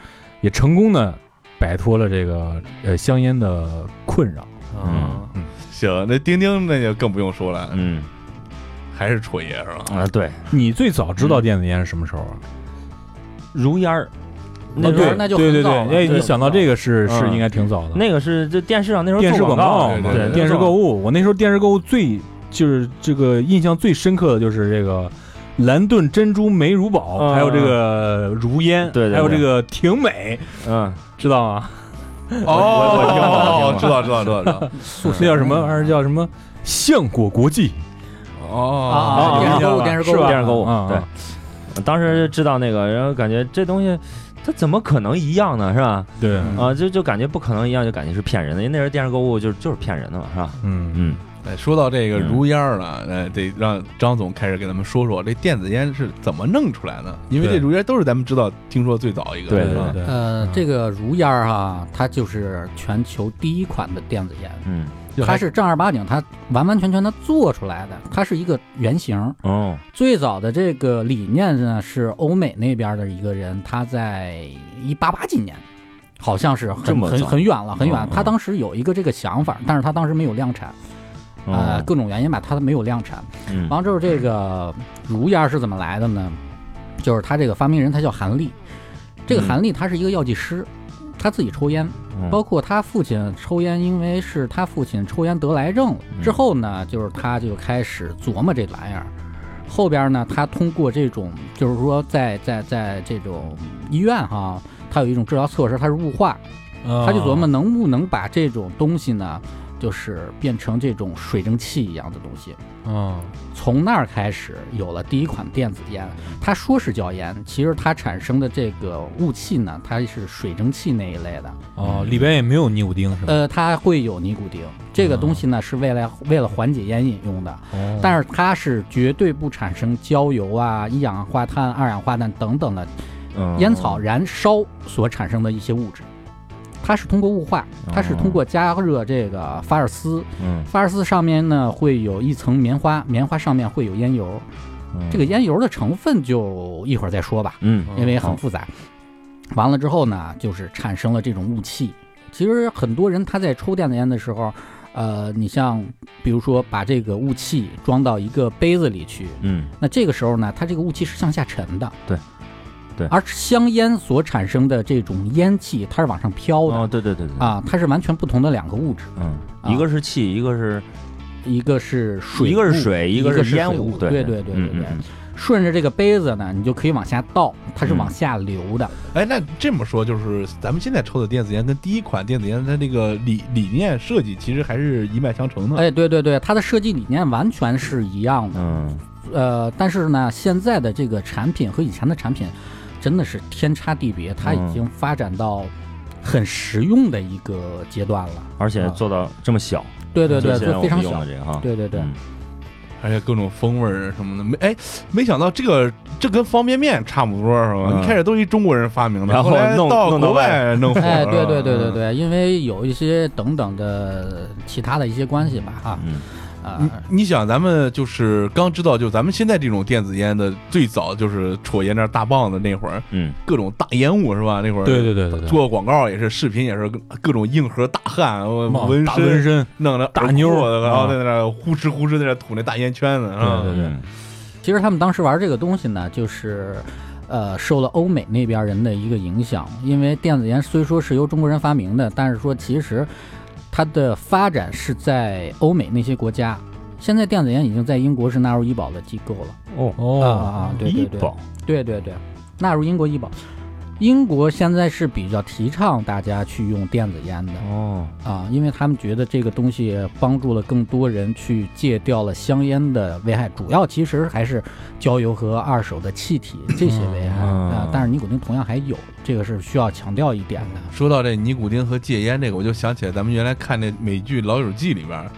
Speaker 3: 也成功的摆脱了这个呃香烟的困扰。
Speaker 2: 啊
Speaker 3: 嗯，
Speaker 2: 行，那丁丁那就更不用说了，
Speaker 5: 嗯
Speaker 2: 还是戳爷是吧？
Speaker 5: 啊对，
Speaker 3: 你最早知道电子烟是什么时候啊？哦
Speaker 5: 如烟儿，
Speaker 6: 那
Speaker 5: 嗯那
Speaker 6: 时
Speaker 5: 时
Speaker 6: 候
Speaker 5: 候
Speaker 3: 对
Speaker 6: 那就
Speaker 3: 对对对，
Speaker 6: 很早了
Speaker 3: 哎，
Speaker 6: 对
Speaker 3: 你想到这个是
Speaker 5: 嗯
Speaker 3: 是应该挺早的，
Speaker 5: 那个是就电视上那时候
Speaker 3: 电视
Speaker 5: 做
Speaker 3: 广
Speaker 5: 告
Speaker 3: 告嘛
Speaker 5: 对
Speaker 3: 电视购
Speaker 5: 物，
Speaker 3: 物。我那时候电视购物最就是这个印象最深刻的就是这个。蓝盾珍珠美乳宝，
Speaker 5: 嗯
Speaker 3: 还有这个如烟，
Speaker 5: 对对对
Speaker 3: 还有这个婷美，
Speaker 5: 嗯
Speaker 3: 知道吗？
Speaker 2: 哦，
Speaker 5: 我听过我听过
Speaker 2: 知道知道知道知道，
Speaker 6: 素食
Speaker 3: 那叫什
Speaker 5: 嗯
Speaker 3: 么玩意儿？叫什么？相果国际
Speaker 2: 哦，
Speaker 6: 啊？
Speaker 5: 啊
Speaker 6: 电视购物，
Speaker 3: 啊
Speaker 6: 电视购
Speaker 3: 是
Speaker 6: 物
Speaker 3: 吧，
Speaker 5: 电视购物
Speaker 3: 啊
Speaker 5: 对
Speaker 3: 啊
Speaker 5: 嗯当时知道那个，然后感觉这东西它怎么可能一样呢？是吧？
Speaker 3: 对，
Speaker 6: 嗯
Speaker 5: 啊，就就感觉不可能一样，就感觉是骗人的，因为那时候电视购物就是就是骗人的嘛，是吧？
Speaker 3: 嗯，
Speaker 5: 嗯
Speaker 2: 哎说到这个如烟儿了，呃，得让张总开始给咱们说说这电子烟是怎么弄出来的，因为这
Speaker 3: 对
Speaker 2: 如烟都是咱们知道听说最早一个，啊
Speaker 5: 对
Speaker 2: 是吧
Speaker 5: 对
Speaker 3: 对，
Speaker 6: 呃
Speaker 3: 嗯，
Speaker 6: 这个如烟儿哈，它就是全球第一款的电子烟，
Speaker 5: 嗯
Speaker 2: 就
Speaker 6: 它
Speaker 2: 还
Speaker 6: 是正儿八经，它完完全全它做出来的，它是一个原型。
Speaker 5: 哦
Speaker 6: 最早的这个理念呢，是欧美那边的一个人，他在一八八几年，好像是
Speaker 5: 这
Speaker 6: 很
Speaker 5: 么
Speaker 6: 很
Speaker 5: 早
Speaker 6: 很远了，很远
Speaker 5: 嗯。嗯
Speaker 6: 他当时有一个这个想法，但是他当时没有量产，呃，
Speaker 5: 哦
Speaker 6: 各种原因吧，他没有量产。
Speaker 5: 嗯
Speaker 6: 完了之后，这个如烟是怎么来的呢？就是他这个发明人，他叫韩立。这个
Speaker 5: 嗯
Speaker 6: 韩立他是一个药剂师，他自己抽烟，
Speaker 5: 嗯
Speaker 6: 包括他父亲抽烟，因为是他父亲抽烟得了癌症了
Speaker 5: 嗯
Speaker 6: 之后呢，就是他就开始琢磨这玩意儿。后边呢，他通过这种，就是说在在在这种医院哈，他有一种治疗措施，它是雾化，他
Speaker 5: 哦
Speaker 3: 他
Speaker 6: 就琢磨能不能把这种东西呢，就是变成这种水蒸气一样的东西。
Speaker 3: 嗯
Speaker 6: 从那儿开始有了第一款电子烟，它说是叫烟，其实它产生的这个雾气呢，它是水蒸气那一类的，
Speaker 3: 哦，里边也没有尼古丁是吧？
Speaker 6: 呃，它会有尼古丁，这个东西呢是为了为了缓解烟瘾用的，
Speaker 3: 哦
Speaker 6: 呃但是它是绝对不产生焦油啊、一氧化碳、二氧化碳等等的
Speaker 5: 嗯
Speaker 6: 烟草燃烧所产生的一些物质。它是通过雾化，
Speaker 5: 哦
Speaker 6: 它是通过加热这个发热丝，
Speaker 5: 嗯
Speaker 6: 发热丝上面呢会有一层棉花，棉花上面会有烟油，
Speaker 5: 嗯
Speaker 6: 这个烟油的成分就一会儿再说吧，
Speaker 5: 嗯
Speaker 6: 因为很复杂。完了之后呢，就是产生了这种雾气。其实很多人他在抽电子烟的时候，呃，你像比如说把这个雾气装到一个杯子里去，
Speaker 5: 嗯
Speaker 6: 那这个时候呢，它这个雾气是向下沉的，
Speaker 5: 对，对
Speaker 6: 而香烟所产生的这种烟气，它是往上飘的、
Speaker 5: 哦对对对对
Speaker 6: 啊，它是完全不同的两个物质，
Speaker 5: 嗯，
Speaker 6: 啊
Speaker 5: 一个是气，一个是
Speaker 6: 一个是水雾，
Speaker 5: 一个是水，
Speaker 6: 一
Speaker 5: 个
Speaker 6: 个
Speaker 5: 是烟
Speaker 6: 雾，
Speaker 5: 对
Speaker 6: 对
Speaker 5: 对
Speaker 6: 对对
Speaker 5: 嗯
Speaker 6: 对对。
Speaker 5: 嗯
Speaker 6: 顺着这个杯子呢，你就可以往下倒，它是往下流的。
Speaker 2: 哎，那这么说就是咱们现在抽的电子烟跟第一款电子烟它这个理理念设计其实还是一脉相
Speaker 5: 嗯
Speaker 2: 承的。
Speaker 6: 哎，对对对，它的设计理念完全是一样的。
Speaker 5: 嗯
Speaker 6: 呃，但是呢，现在的这个产品和以前的产品真的是天差地别，它
Speaker 5: 嗯
Speaker 6: 已经发展到很实用的一个阶段了。
Speaker 5: 而且
Speaker 6: 啊
Speaker 5: 做到这么小，
Speaker 6: 对对
Speaker 5: 嗯就
Speaker 6: 对，
Speaker 5: 是现在
Speaker 6: 就
Speaker 5: 我
Speaker 6: 非常
Speaker 5: 们用
Speaker 6: 小
Speaker 5: 的。这个哈，
Speaker 6: 对对对，
Speaker 5: 嗯
Speaker 2: 而且各种风味儿什么的，没哎，没想到这个这跟方便面差不多是吧？
Speaker 5: 嗯
Speaker 2: 一开始都是一中国人发明的，
Speaker 5: 然后
Speaker 2: 后来
Speaker 5: 弄
Speaker 2: 到
Speaker 5: 弄到
Speaker 2: 国外弄火了。
Speaker 6: 哎，对对对 对
Speaker 2: 嗯。
Speaker 6: 对，因为有一些等等的其他的一些关系吧，哈
Speaker 5: 嗯
Speaker 6: 啊
Speaker 2: 你，你想，咱们就是刚知道，就咱们现在这种电子烟的，最早就是戳爷那大棒子那会儿，
Speaker 5: 嗯
Speaker 2: 各种大烟雾是吧？那会儿
Speaker 3: 对对对对对，
Speaker 2: 做广告也是，视频也是各种硬核嗯大汉
Speaker 3: 嘛
Speaker 2: 纹
Speaker 3: 大纹
Speaker 2: 身，
Speaker 3: 身，
Speaker 2: 弄着
Speaker 3: 大妞
Speaker 2: 儿，
Speaker 3: 儿
Speaker 2: 然后
Speaker 3: 啊
Speaker 2: 在那儿呼哧呼哧在那儿吐那大烟圈子啊。
Speaker 3: 对对
Speaker 5: 嗯
Speaker 6: 其实他们当时玩这个东西呢，就是。呃，受了欧美那边人的一个影响，因为电子烟虽说是由中国人发明的，但是说其实它的发展是在欧美那些国家。现在电子烟已经在英国是纳入医保的机构了。
Speaker 5: 哦
Speaker 6: 啊
Speaker 3: 哦，
Speaker 6: 啊，对对
Speaker 5: 医
Speaker 6: 对，
Speaker 5: 保
Speaker 6: 对对对，纳入英国医保。英国现在是比较提倡大家去用电子烟的
Speaker 5: 哦
Speaker 6: 啊，因为他们觉得这个东西帮助了更多人去戒掉了香烟的危害，主要其实还是焦油和二手的气体这些危害
Speaker 5: 嗯
Speaker 6: 啊，但是尼古丁同样还有，这个是需要强调一点的。
Speaker 2: 说到这尼古丁和戒烟这个，我就想起来咱们原来看那美剧《老友记》里边儿，
Speaker 5: 嗯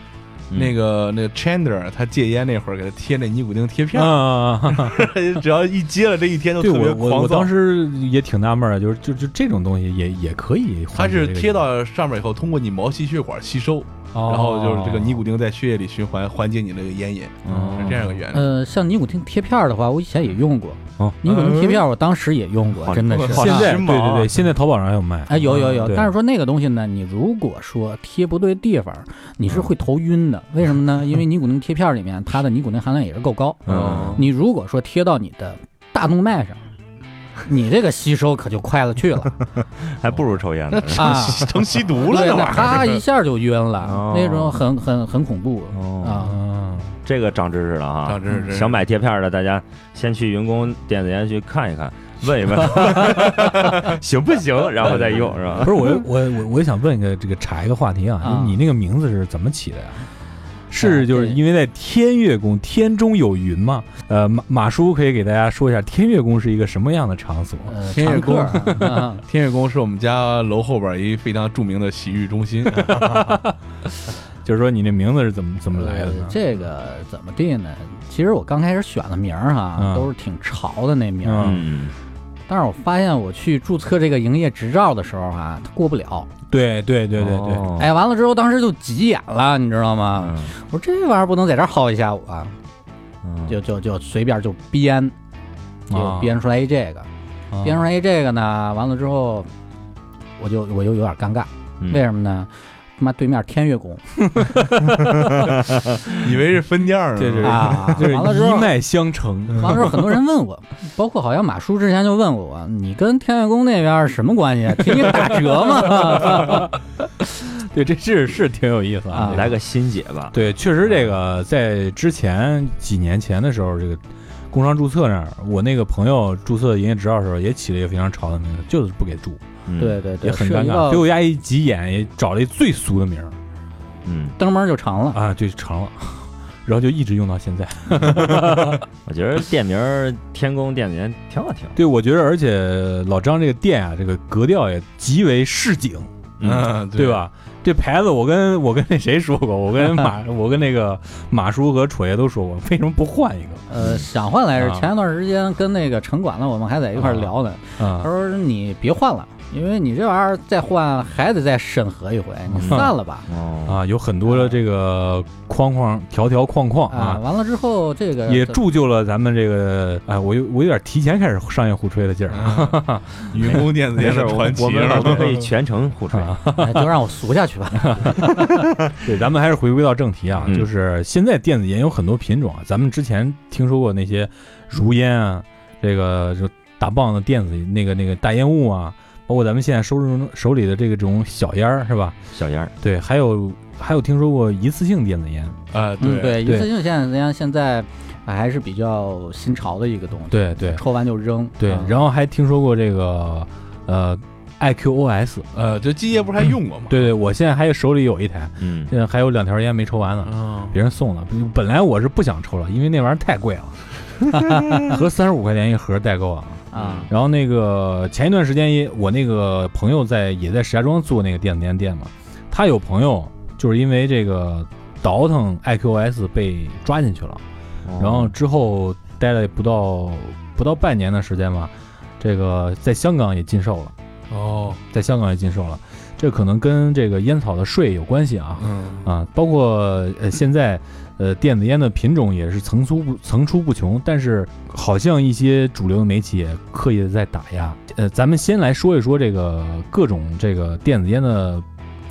Speaker 2: 那个那个 Chandler 他戒烟那会儿给他贴那尼古丁贴片儿，
Speaker 3: 啊，
Speaker 2: 只要一接了这一天就
Speaker 3: 对
Speaker 2: 特别
Speaker 3: 我我
Speaker 2: 狂
Speaker 3: 我
Speaker 2: 躁
Speaker 3: 当。时也挺纳闷儿，就是就就这种东西也也可以
Speaker 2: 它
Speaker 3: 缓解这
Speaker 2: 是
Speaker 3: 个瘾，
Speaker 2: 贴到上面以后，通过你毛细血管吸收，
Speaker 3: 哦，
Speaker 2: 然后就是这个尼古丁在血液里循环，缓解你这个烟瘾，
Speaker 5: 嗯
Speaker 3: 哦
Speaker 5: 哦
Speaker 2: 是这样一个
Speaker 3: 嗯
Speaker 2: 原理。
Speaker 6: 呃，像尼古丁贴片儿的话，我以前也用过
Speaker 5: 哦，
Speaker 6: 尼古丁贴片儿我当时也用过，真的是
Speaker 2: 好
Speaker 3: 嗯现在
Speaker 2: 时
Speaker 3: 对
Speaker 2: 髦
Speaker 3: 对
Speaker 2: 啊
Speaker 3: 对，现在淘宝上还有卖，
Speaker 6: 哎，有有有，
Speaker 3: 对
Speaker 6: 但是说那个东西呢，你如果说贴不对地方，你是会头晕的。为什么呢？因为尼古丁贴片里面它的尼古丁含量也是够高。
Speaker 5: 嗯
Speaker 6: 你如果说贴到你的大动脉 上，你这个吸收可就快了去了
Speaker 5: 还不如抽烟呢。
Speaker 6: 啊！
Speaker 2: 成吸毒了
Speaker 6: 对，
Speaker 2: 那
Speaker 6: 那
Speaker 2: 玩意
Speaker 6: 啪一
Speaker 2: 儿。
Speaker 6: 下就晕
Speaker 5: 哦
Speaker 6: 了，那种很很很恐怖
Speaker 5: 哦，
Speaker 6: 啊！
Speaker 3: 嗯，
Speaker 5: 这个长知识了哈，
Speaker 2: 长知识啊真是
Speaker 5: 想买贴片的，大家先去云工电子烟去看一看，问 一问行不行，然后再用是吧
Speaker 3: 不？是我我我我也想问一个这个查一个话题啊
Speaker 6: 啊，
Speaker 3: 你那个名字是怎么起的呀？是
Speaker 6: 啊
Speaker 3: 就是
Speaker 6: 对
Speaker 3: 因为在天乐宫天中有云嘛？呃，马马叔可以给大家说一下天乐宫是一个什么样的场 所？
Speaker 6: 呃，
Speaker 2: 天
Speaker 6: 常
Speaker 2: 眼
Speaker 6: 客啊啊，
Speaker 2: 天月宫是我们家楼后边一非常著名的洗浴中 心，
Speaker 3: 就是说你那名字是怎么怎么来的
Speaker 6: 呃
Speaker 3: 呢？
Speaker 6: 这个怎么地呢？其实我刚开始选的名儿哈
Speaker 3: 嗯，
Speaker 6: 都是挺潮的那名儿。
Speaker 5: 嗯，
Speaker 6: 但是我发现我去注册这个营业执照的时候啊，它过不
Speaker 2: 哦
Speaker 6: 了。
Speaker 3: 对对对对对，
Speaker 5: 哦，
Speaker 6: 哎，完啊了之后，当时就急眼了，你知道吗？
Speaker 2: 嗯
Speaker 6: 我说这玩意儿不能在这儿耗一下午啊，
Speaker 5: 嗯，
Speaker 6: 就就就随便就编，
Speaker 3: 啊
Speaker 6: 就编出来一哦这个，
Speaker 3: 啊
Speaker 6: 编出来一这个呢，完了之后，我就我就有点尴尬，
Speaker 5: 嗯
Speaker 6: 为什么呢？妈对面天乐宫
Speaker 2: 以为是分店儿呢，
Speaker 3: 这是
Speaker 6: 啊，
Speaker 3: 就是
Speaker 6: 完了之后
Speaker 3: 一脉相承。
Speaker 6: 完了之后，很多人问我，包括好像马叔之前就问过我，你跟天乐宫那边什么关 系？啊给你打折吗？ 嗯
Speaker 3: 对，这是是挺有意思
Speaker 6: 啊
Speaker 3: 啊。
Speaker 5: 来个新解吧。
Speaker 3: 对，确实这个在之前几年前的时候，这个工商注册那儿，我那个朋友注册营业执照的时候，也起了一个非常潮的名字，就是不给注，
Speaker 5: 嗯，
Speaker 6: 对对对，
Speaker 3: 也很
Speaker 6: 涉
Speaker 3: 尴
Speaker 6: 及
Speaker 3: 尬。
Speaker 6: 到
Speaker 3: 最后丫一急眼，也找了一最俗的名儿
Speaker 5: 嗯，
Speaker 6: 登门就成了。
Speaker 3: 啊，就成了，然后就一直用到现在。
Speaker 5: 我觉得店名儿天宫店名挺好听。
Speaker 3: 对，我觉得而且老张这个店啊，这个格调也极为市井，
Speaker 2: 嗯，
Speaker 3: 对？吧？这牌子我跟我跟那谁说过，我跟 马我跟那个马叔和楚爷都说过，为什么不换一个
Speaker 6: 呃，想换来着
Speaker 3: 啊，
Speaker 6: 前一段时间跟那个城管呢，我们还在一块儿聊呢。他
Speaker 3: 啊？
Speaker 6: 说你别换了，因为你这玩意儿再换还得再审核一回，你
Speaker 3: 嗯
Speaker 6: 散了
Speaker 2: 嗯
Speaker 6: 吧。
Speaker 5: 哦，
Speaker 3: 啊，有很多的这个框框条条框框啊，
Speaker 6: 啊，完了之后这个
Speaker 3: 也铸就了咱们这个哎，我有我有点提前开始商业互吹的劲儿啊。
Speaker 2: 嗯云工电子
Speaker 5: 没
Speaker 2: 烟
Speaker 5: 事
Speaker 2: 的
Speaker 5: 儿，我
Speaker 2: 传奇，啊
Speaker 5: 我们我们可以全程互吹。
Speaker 6: 哎就让我俗下去吧。
Speaker 3: 对，咱们还是回归到正题啊，
Speaker 5: 嗯
Speaker 3: 就是现在电子烟有很多品种啊，咱们之前听说过那些如烟啊，这个就大棒的电子那个那个大烟雾啊，包括咱们现在手中手里的这个这种小烟儿是吧？
Speaker 5: 小烟儿，
Speaker 3: 对，还有还有听说过一次性电子烟，
Speaker 2: 啊，对，
Speaker 6: 嗯，对，一
Speaker 3: 对
Speaker 6: 次性现在现在哎还是比较新潮的一个东西。
Speaker 3: 对对
Speaker 6: 抽完就扔。
Speaker 3: 对，
Speaker 6: 啊
Speaker 3: 然后还听说过这个呃 IQOS，
Speaker 2: 呃，这基业不是还用过吗？
Speaker 3: 对对，我现在还有手里有一台，
Speaker 5: 嗯，
Speaker 3: 现在还有两条烟没抽完呢，
Speaker 2: 嗯，
Speaker 3: 别人送的。本来我是不想抽了，因为那玩意儿太贵了， 合三十五块钱一盒代购啊。
Speaker 6: 啊，
Speaker 3: 然后那个前一段时间也，我那个朋友在也在石家庄做那个电子烟店嘛，他有朋友就是因为这个倒腾 IQS 被抓进去了，
Speaker 2: 哦
Speaker 5: 嗯
Speaker 3: 然后之后待了不到不到半年的时间吧，这个在香港也禁售了，
Speaker 2: 哦，
Speaker 3: 在香港也禁售了，这可能跟这个烟草的税有关系啊
Speaker 2: 嗯，
Speaker 3: 啊，包括呃现在呃电子烟的品种也是层出不层出不穷，但是好像一些主流的媒体也刻意的在打压。呃，咱们先来说一说这个各种这个电子烟的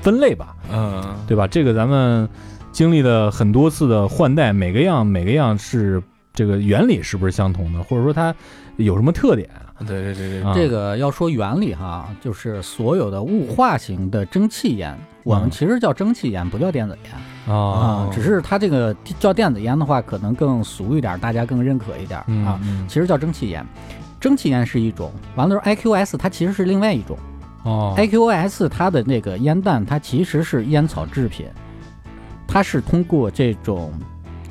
Speaker 3: 分类吧，
Speaker 2: 嗯，
Speaker 3: 对吧？这个咱们经历了很多次的换代，每个样每个样是这个原理是不是相同的，或者说它有什么特点啊？
Speaker 2: 嗯对对对对，
Speaker 3: 啊
Speaker 6: 这个要说原理哈，就是所有的雾化型的蒸汽烟，我
Speaker 3: 嗯
Speaker 6: 们其实叫蒸汽烟，不叫电子烟
Speaker 3: 啊，
Speaker 6: 啊。只是它这个叫电子烟的话，可能更俗一点，大家更认可一点
Speaker 3: 嗯
Speaker 6: 啊。其实叫蒸汽烟，蒸汽烟是一种，完了之后 IQS 它其实是另外一种。
Speaker 3: 哦
Speaker 6: 哎 IQS 它的那个烟弹，它其实是烟草制品，它是通过这种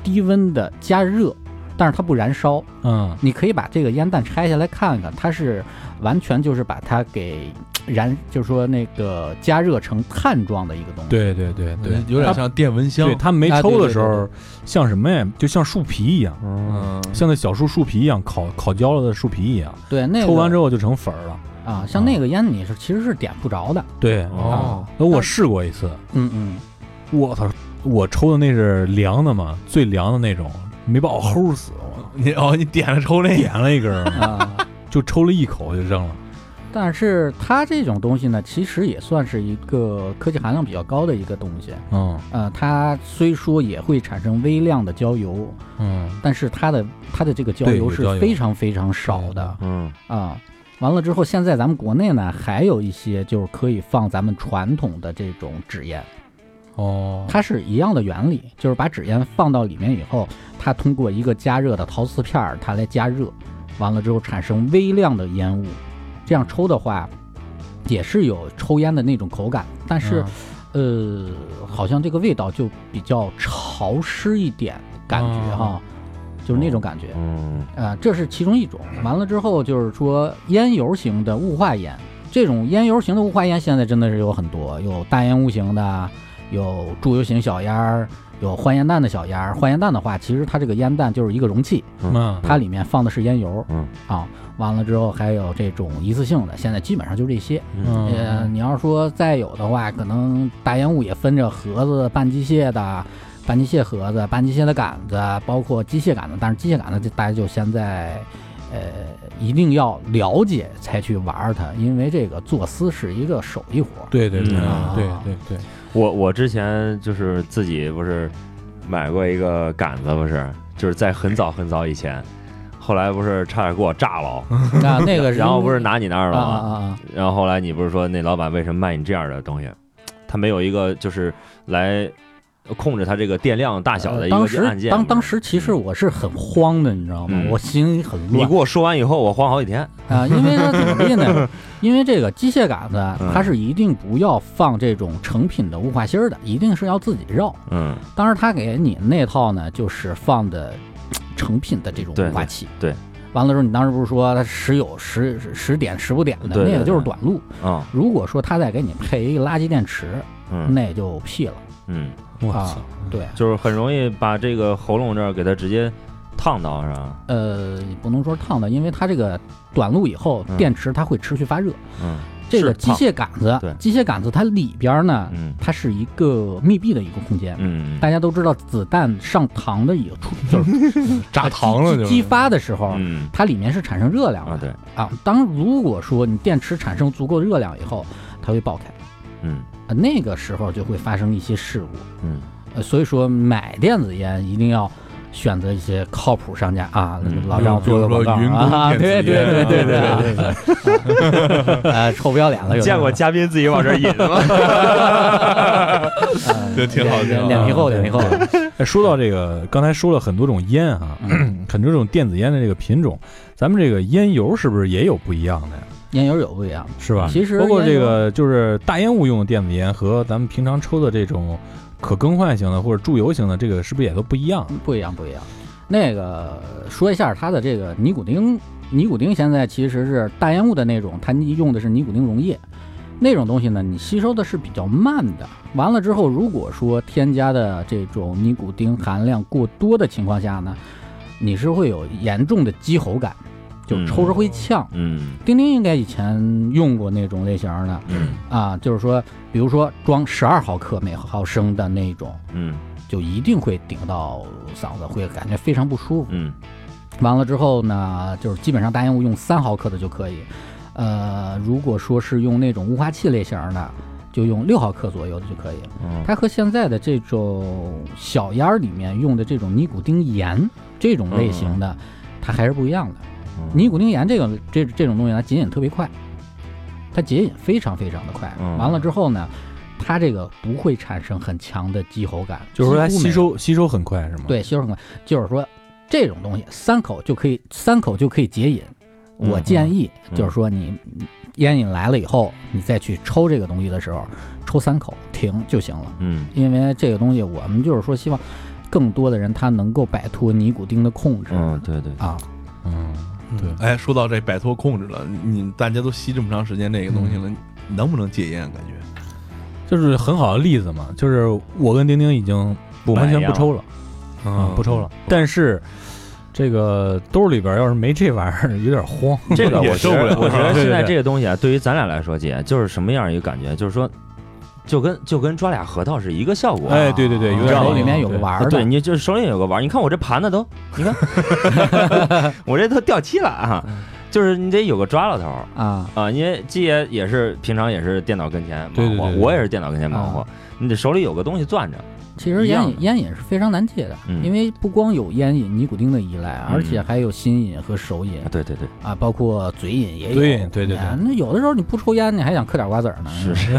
Speaker 6: 低温的加热，但是它不燃烧。
Speaker 3: 嗯
Speaker 6: 你可以把这个烟弹拆下来看看，它是完全就是把它给燃，就是说那个加热成碳状的一个东西。
Speaker 3: 对对对对，
Speaker 2: 有点像电蚊香
Speaker 3: 嗯对，他们没
Speaker 6: 啊对
Speaker 3: 抽的
Speaker 6: 对
Speaker 3: 时
Speaker 6: 对
Speaker 3: 候，像什么呀？就像树皮一样，
Speaker 2: 嗯，
Speaker 3: 像那小树树皮一样，烤烤焦了的树皮一样，
Speaker 6: 对，那个、
Speaker 3: 抽完之后就成粉儿了。
Speaker 6: 啊，像那个烟你是其实是点不着的。
Speaker 3: 对，
Speaker 2: 哦
Speaker 3: 啊，我试过一次，
Speaker 6: 嗯嗯，
Speaker 3: 我操，我抽的那是凉的嘛，最凉的那种，没把我齁死，我
Speaker 2: 你哦，你点了抽那个，
Speaker 3: 点了一根儿，
Speaker 6: 啊，
Speaker 3: 就抽了一口就扔了。
Speaker 6: 但是它这种东西呢，其实也算是一个科技含量比较高的一个东西。
Speaker 3: 嗯
Speaker 6: 呃，它虽说也会产生微量的焦油，
Speaker 3: 嗯，
Speaker 6: 但是它的它的这个焦
Speaker 3: 对
Speaker 6: 油
Speaker 3: 有
Speaker 6: 是
Speaker 3: 焦油
Speaker 6: 非常非常少的
Speaker 5: 嗯，
Speaker 6: 啊。完了之后，现在咱们国内呢，还有一些就是可以放咱们传统的这种纸烟，
Speaker 3: 哦，
Speaker 6: 它是一样的原理，就是把纸烟放到里面以后，它通过一个加热的陶瓷片儿，它来加热，完了之后产生微量的烟雾，这样抽的话，也是有抽烟的那种口感，但是、呃，好像这个味道就比较潮湿一点，感觉哈、就是那种感觉。
Speaker 5: 嗯，
Speaker 6: 呃，这是其中一种。完了之后就是说烟油型的雾化烟，这种烟油型的雾化烟现在真的是有很多，有大烟雾型的，有注油型小烟儿，有换烟弹的小烟儿。换烟弹的话，其实它这个烟弹就是一个容器，
Speaker 3: 嗯，
Speaker 6: 它里面放的是烟油。
Speaker 5: 嗯
Speaker 6: 啊，完了之后还有这种一次性的，现在基本上就这些。呃，
Speaker 3: 嗯
Speaker 6: 你要说再有的话，可能大烟雾也分着盒子、半机械的、半机械盒子、半机械的杆子，包括机械杆子。但是机械杆子，这大家就现在，呃，一定要了解才去玩儿它，因为这个做丝是一个手艺活儿。
Speaker 3: 对对对
Speaker 5: 嗯
Speaker 3: 对对对，
Speaker 5: 我我之前就是自己不是买过一个杆子，不是就是在很早很早以前，后来不是差点给我炸了，
Speaker 2: 哎
Speaker 6: 那那个，
Speaker 5: 然后不是拿你那儿
Speaker 6: 啊
Speaker 5: 了
Speaker 6: 啊
Speaker 5: 吗？
Speaker 6: 啊啊，
Speaker 5: 然后后来你不是说那老板为什么卖你这样的东西？他没有一个就是来控制它这个电量大小的一个
Speaker 6: 呃当
Speaker 5: 按
Speaker 6: 时
Speaker 5: 键。
Speaker 6: 当当时其实我是很慌的，你知道吗？
Speaker 5: 嗯
Speaker 6: 我心里很
Speaker 5: 你
Speaker 6: 乱
Speaker 5: 给我说完以后，我慌好几天。
Speaker 6: 啊，因为它怎么地呢？ 因为这个机械杆子啊，
Speaker 5: 嗯
Speaker 6: 它是一定不要放这种成品的雾化芯儿的，一定是要自己绕。
Speaker 5: 嗯，
Speaker 6: 当时他给你那套呢，就是放的嘖成品的这种
Speaker 5: 对
Speaker 6: 雾化器。
Speaker 5: 对
Speaker 6: 完了之后，你当时不是说它时有时时点时不点的，
Speaker 5: 对对
Speaker 6: 那个就是
Speaker 5: 对
Speaker 6: 短路。
Speaker 5: 啊，
Speaker 6: 如果说他再给你配一个垃圾电池，
Speaker 5: 嗯
Speaker 6: 那就屁了
Speaker 5: 嗯，
Speaker 3: 我
Speaker 6: 啊
Speaker 3: 操！！
Speaker 6: 对，
Speaker 5: 就是很容易把这个喉咙这儿给它直接烫到，是吧？
Speaker 6: 呃，不能说烫的，因为它这个短路以后，
Speaker 5: 嗯
Speaker 6: 电池它会持续发热。
Speaker 5: 嗯，
Speaker 6: 这个
Speaker 5: 是
Speaker 6: 机
Speaker 5: 烫
Speaker 6: 械杆
Speaker 5: 对
Speaker 6: 子，机械杆子它里边呢，
Speaker 5: 嗯
Speaker 6: 它是一个密闭的一个空间。
Speaker 5: 嗯，
Speaker 6: 大家都知道，子弹上膛的也出就是
Speaker 2: 炸糖了
Speaker 6: 激
Speaker 2: 就
Speaker 6: 激
Speaker 2: 是。
Speaker 6: 发的时候，
Speaker 5: 嗯
Speaker 6: 它里面是产生热量的
Speaker 5: 啊，对，
Speaker 6: 啊，当如果说你电池产生足够热量以后，它会爆开，
Speaker 5: 嗯
Speaker 6: 啊，那个时候就会发生一些事故。
Speaker 5: 嗯
Speaker 6: 呃，所以说买电子烟一定要选择一些靠谱商家啊，
Speaker 5: 嗯
Speaker 6: 老张做个广告
Speaker 2: 比如说云工
Speaker 6: 啊，对
Speaker 2: 电子
Speaker 6: 对
Speaker 2: 烟
Speaker 6: 对对对
Speaker 2: 啊
Speaker 6: 对对对， 啊，臭不要脸了，有的
Speaker 5: 见过嘉宾自己往这儿引吗？
Speaker 6: 啊
Speaker 2: 对挺好
Speaker 6: 脸
Speaker 2: 挺好
Speaker 6: 脸皮厚，脸皮厚，
Speaker 3: 哎，说到这个，刚才说了很多种烟啊， 很多种电子烟的这个品种，咱们这个烟油是不是也有不一样的呀？
Speaker 6: 烟油有不一样，
Speaker 3: 是
Speaker 2: 啊
Speaker 3: 吧？
Speaker 6: 其实
Speaker 3: 包括
Speaker 6: 烟
Speaker 3: 这
Speaker 6: 油
Speaker 3: 个就是大烟雾用的电子烟和咱们平常抽的这种可更换型的或者注油型的，这个是不是也都不一样？
Speaker 6: 不一样，不一样。那个说一下它的这个尼古丁，尼古丁现在其实是大烟雾的那种，它用的是尼古丁溶液，那种东西呢，你吸收的是比较慢的。完了之后，如果说添加的这种尼古丁含量过多的情况下呢，你是会有严重的激喉感，就抽着会呛。
Speaker 5: 嗯
Speaker 6: 丁丁应该以前用过那种类型的
Speaker 5: 嗯
Speaker 6: 啊，就是说，比如说装十二毫克每毫升的那种，
Speaker 5: 嗯
Speaker 6: 就一定会顶到嗓子，会感觉非常不舒服。
Speaker 5: 嗯
Speaker 6: 完了之后呢，就是基本上大烟雾用三毫克的就可以。呃，如果说是用那种雾化器类型的，就用六毫克左右的就可以。
Speaker 5: 嗯
Speaker 6: 它和现在的这种小烟儿里面用的这种尼古丁盐这种类型的，它还是不一样的。
Speaker 5: 嗯
Speaker 6: 尼古丁盐这个这这种东西，它解瘾特别快，它解瘾非常非常的快。
Speaker 5: 嗯
Speaker 6: 完了之后呢，它这个不会产生很强的激喉感，
Speaker 3: 就是说它
Speaker 6: 几乎没
Speaker 3: 吸
Speaker 6: 有
Speaker 3: 收吸收很快是吗？，
Speaker 6: 对，吸收很快。就是说，这种东西三口就可以，三口就可以解瘾。
Speaker 5: 嗯
Speaker 6: 我建议就是说，你烟瘾来了以后，你再去抽这个东西的时候，抽三口停就行了。
Speaker 5: 嗯
Speaker 6: 因为这个东西，我们就是说，希望更多的人他能够摆脱尼古丁的控制。
Speaker 5: 嗯，对对，
Speaker 6: 啊，
Speaker 3: 嗯，对，
Speaker 2: 哎，说到这摆脱控制了，你你大家都吸这么长时间这个东西了，
Speaker 3: 嗯
Speaker 2: 你能不能戒烟？啊感觉
Speaker 3: 就是很好的例子嘛。就是我跟丁丁已经
Speaker 5: 不
Speaker 3: 完全
Speaker 5: 买
Speaker 3: 不
Speaker 5: 样
Speaker 3: 抽了，
Speaker 2: 嗯
Speaker 3: 不抽了。但是这个兜里边要是没这玩意儿， 有点慌。
Speaker 5: 这个
Speaker 2: 也
Speaker 5: 我
Speaker 2: 受
Speaker 5: 受
Speaker 2: 不了
Speaker 5: 我觉得
Speaker 3: 对对
Speaker 5: 现在
Speaker 3: 对
Speaker 5: 这个东西啊，对于咱俩来说，姐就是什么样一个感觉？就是说，就跟就跟抓俩核桃是一个效果。啊
Speaker 3: 哎，对对对，有
Speaker 6: 知
Speaker 3: 点
Speaker 6: 道
Speaker 3: 那
Speaker 6: 手里
Speaker 3: 种
Speaker 6: 面有个
Speaker 3: 对
Speaker 6: 玩儿的，
Speaker 5: 对，你就是手里有个玩儿，你看我这盘 子都，你看 我这都掉漆了啊，
Speaker 6: 嗯
Speaker 5: 就是你得有个抓了头儿
Speaker 6: 啊，
Speaker 5: 啊，因为季爷也是平常也是电脑跟前忙活，
Speaker 3: 对对对对
Speaker 5: 我也是电脑跟前忙
Speaker 6: 啊
Speaker 5: 活，你得手里有个东西攥着，
Speaker 6: 其实
Speaker 5: 一
Speaker 6: 烟
Speaker 5: 样
Speaker 6: 瘾
Speaker 5: 的
Speaker 6: 烟瘾是非常难戒的，
Speaker 5: 嗯
Speaker 6: 因为不光有烟瘾、尼古丁的依赖，而且
Speaker 5: 嗯
Speaker 6: 还有心瘾和手瘾
Speaker 5: 啊，对对对，
Speaker 6: 啊，包括嘴瘾也有。
Speaker 3: 嘴瘾对对对
Speaker 6: 啊那有的时候你不抽烟，你还想嗑点瓜子儿呢。嗯
Speaker 5: 是是，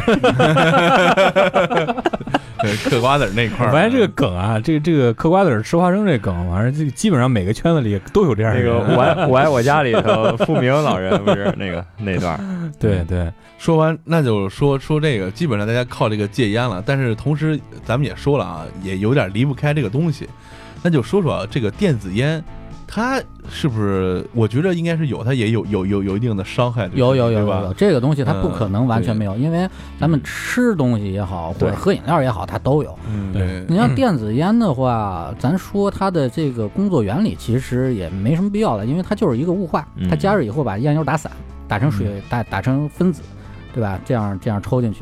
Speaker 2: 对嗑瓜子儿那块
Speaker 3: 我
Speaker 2: 儿，嗯
Speaker 3: 发现这个梗啊，这个这个嗑瓜子儿吃花生这梗，啊反正这个基本上每个圈子里都有这样的
Speaker 5: 那 个
Speaker 3: 人。
Speaker 5: 我爱我爱我家里头，富明老人不是那个那段 儿，
Speaker 3: 对对，
Speaker 2: 说完，那就说说这个，基本上大家靠这个戒烟了。但是同时，咱们也说了啊，也有点离不开这个东西。那就说说啊这个电子烟，它是不是？我觉得应该是有，它也有有有有一定的伤害，对
Speaker 6: 有有
Speaker 2: 对
Speaker 6: 有有
Speaker 2: 吧
Speaker 6: 有，？这个东西它
Speaker 2: 嗯
Speaker 6: 不可能完全
Speaker 2: 对
Speaker 6: 没有，因为咱们吃东西也好，或
Speaker 5: 对
Speaker 6: 者喝饮料也好，它都有。
Speaker 2: 嗯，
Speaker 3: 对
Speaker 6: 你像电子烟的话，咱说它的这个工作原理其实也没什么必要了，因为它就是一个雾化，它
Speaker 5: 嗯
Speaker 6: 加热以后把烟油打散，打成水，打打成分子，对吧？这样这样抽进去，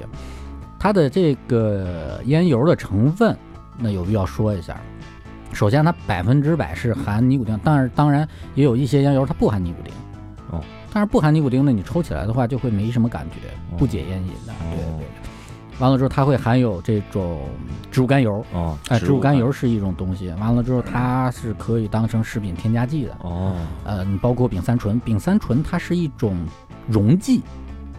Speaker 6: 它的这个烟油的成分，那有必要说一下。首先，它百分之百是含尼古丁，但是当然也有一些烟油它不含尼古丁。
Speaker 5: 哦，哦
Speaker 6: 但是不含尼古丁的，你抽起来的话就会没什么感觉，不解烟瘾的。对对。完了之后它会含有这种植物甘油，
Speaker 5: 哦，
Speaker 6: 哎、植物甘
Speaker 5: 油
Speaker 6: 油是一种东西，完了之后它是可以当成食品添加剂的，
Speaker 5: 哦，
Speaker 6: 呃，你包括丙三醇，丙三醇它是一种溶剂，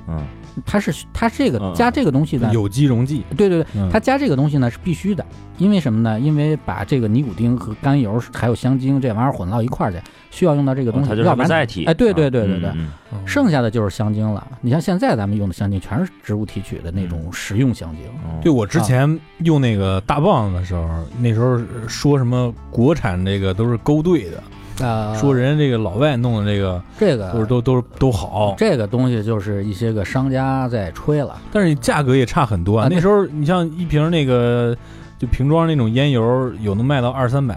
Speaker 5: 嗯，
Speaker 6: 它是它这个
Speaker 5: 嗯
Speaker 6: 加这个东西呢，
Speaker 3: 有机溶剂，
Speaker 6: 对对对，
Speaker 3: 嗯
Speaker 6: 它加这个东西呢是必须的，因为什么呢？因为把这个尼古丁和甘油还有香精这玩意儿混到一块儿去，需要用到这个东
Speaker 5: 哦
Speaker 6: 西，
Speaker 5: 它就是
Speaker 6: 要
Speaker 5: 个
Speaker 6: 不然
Speaker 5: 载体。
Speaker 6: 哎对对
Speaker 5: 啊
Speaker 6: 对对对
Speaker 5: 嗯嗯
Speaker 6: 剩下的就是香精了。你像现在咱们用的香精全是植物提取的那种食用香精，
Speaker 5: 嗯
Speaker 3: 对我之前用那个大棒的时候，那时候说什么国产这个都是勾兑的，
Speaker 6: 呃，
Speaker 3: 说人家这个老外弄的这个
Speaker 6: 这
Speaker 3: 都是哦
Speaker 6: 个
Speaker 3: 都都是都好，
Speaker 6: 这个东西就是一些个商家在吹了，
Speaker 3: 但是价格也差很多
Speaker 6: 啊
Speaker 3: 啊。
Speaker 6: 对
Speaker 3: 那时候你像一瓶那个就瓶装那种烟油，有能卖到二三百，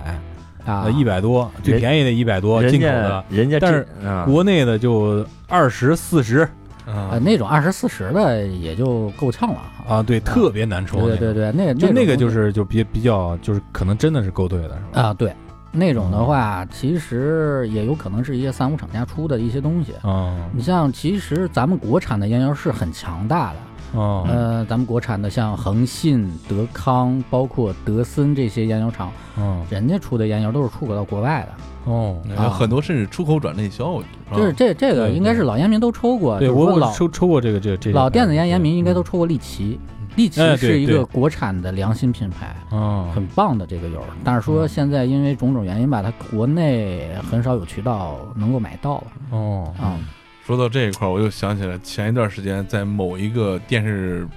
Speaker 6: 啊，
Speaker 3: 呃一百多，最
Speaker 5: 人
Speaker 3: 便宜的一百多，
Speaker 5: 人
Speaker 3: 进口
Speaker 5: 家
Speaker 3: 的。
Speaker 5: 人家
Speaker 3: 但
Speaker 5: 这
Speaker 3: 是
Speaker 5: 啊
Speaker 3: 国内的就二十四十
Speaker 6: 呃
Speaker 2: 啊，
Speaker 6: 那种二十四十的也就够呛了啊。
Speaker 3: 啊，对，特别难抽。
Speaker 6: 对对，对，那
Speaker 3: 就那
Speaker 6: 那
Speaker 3: 个
Speaker 6: 种
Speaker 3: 就
Speaker 6: 东西
Speaker 3: 是就比比较就是可能真的是勾兑的，是吧？
Speaker 6: 啊，对。那种
Speaker 3: 嗯
Speaker 6: 的话，其实也有可能是一些三无厂家出的一些东西。
Speaker 3: 啊
Speaker 6: 你像，其实咱们国产的烟油是很强大的，
Speaker 3: 哦，
Speaker 6: 呃，咱们国产的像恒信、德康，包括德森这些烟油厂，
Speaker 3: 哦
Speaker 6: 人家出的烟油都是出口到国外的，
Speaker 3: 哦，
Speaker 6: 嗯
Speaker 2: 有很多甚至出口转内销，
Speaker 6: 就是这这个
Speaker 3: 对
Speaker 6: 应该是老烟民都抽过，
Speaker 3: 对
Speaker 6: 就是说
Speaker 3: 我我
Speaker 6: 老
Speaker 3: 抽抽过这个这个这个嗯
Speaker 6: 老电子烟烟民应该都抽过利奇，利奇
Speaker 3: 哎对
Speaker 6: 是一
Speaker 3: 对
Speaker 6: 个国产的良心品牌，
Speaker 5: 啊
Speaker 3: 哦
Speaker 6: 很棒的这个油，但是说
Speaker 3: 嗯
Speaker 6: 现在因为种种原因吧，它国内很少有渠道能够买到了
Speaker 3: 哦
Speaker 6: 啊。
Speaker 2: 说到这一块儿，我又想起来前一段时间在某一个电视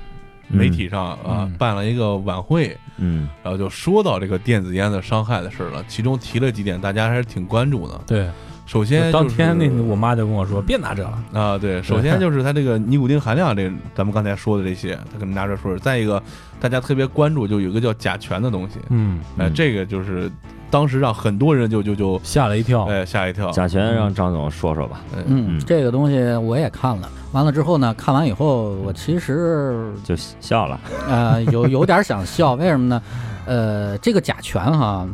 Speaker 5: 嗯
Speaker 2: 媒体上啊、
Speaker 3: 嗯
Speaker 2: 办了一个晚会，
Speaker 5: 嗯
Speaker 2: 然后就说到这个电子烟的伤害的事儿了，其中提了几点大家还是挺关注的。
Speaker 3: 对，
Speaker 2: 首先、
Speaker 3: 当天那我妈就跟我说别拿这了，
Speaker 2: 啊，对，首先就是它这个尼古丁含量，这咱们刚才说的这些，它可能拿出来说。再一个，大家特别关注就有一个叫甲醛的东西，
Speaker 3: 嗯，
Speaker 2: 哎，
Speaker 5: 嗯
Speaker 2: 这个就是当时让很多人就就就
Speaker 3: 吓了一跳，
Speaker 2: 哎吓一
Speaker 6: 哦
Speaker 2: 跳。
Speaker 5: 甲醛让张总说说吧，
Speaker 6: 嗯
Speaker 5: 嗯，
Speaker 6: 这个东西我也看了，完了之后呢，看完以后我其实
Speaker 5: 就笑了。
Speaker 6: 呃有有点想笑，为什么呢？呃，这个甲醛哈，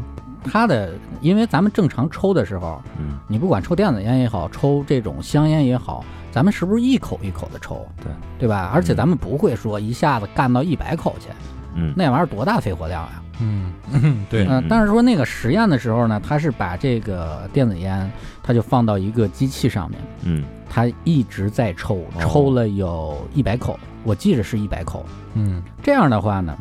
Speaker 6: 它的因为咱们正常抽的时候，
Speaker 5: 嗯，
Speaker 6: 你不管抽电子烟也好，抽这种香烟也好，咱们是不是一口一口的抽？
Speaker 5: 对，
Speaker 6: 对吧？而且咱们不会说一下子干到一百口去，
Speaker 5: 嗯
Speaker 6: 那玩意儿多大肺活量啊呀、
Speaker 3: 嗯嗯对，
Speaker 6: 嗯
Speaker 5: 嗯，
Speaker 6: 但是说那个实验的时候呢，它是把这个电子烟，它就放到一个机器上面，
Speaker 5: 嗯
Speaker 6: 它一直在抽，
Speaker 3: 哦
Speaker 6: 抽了有一百口，我记着是一百口。
Speaker 3: 嗯
Speaker 6: 这样的话呢，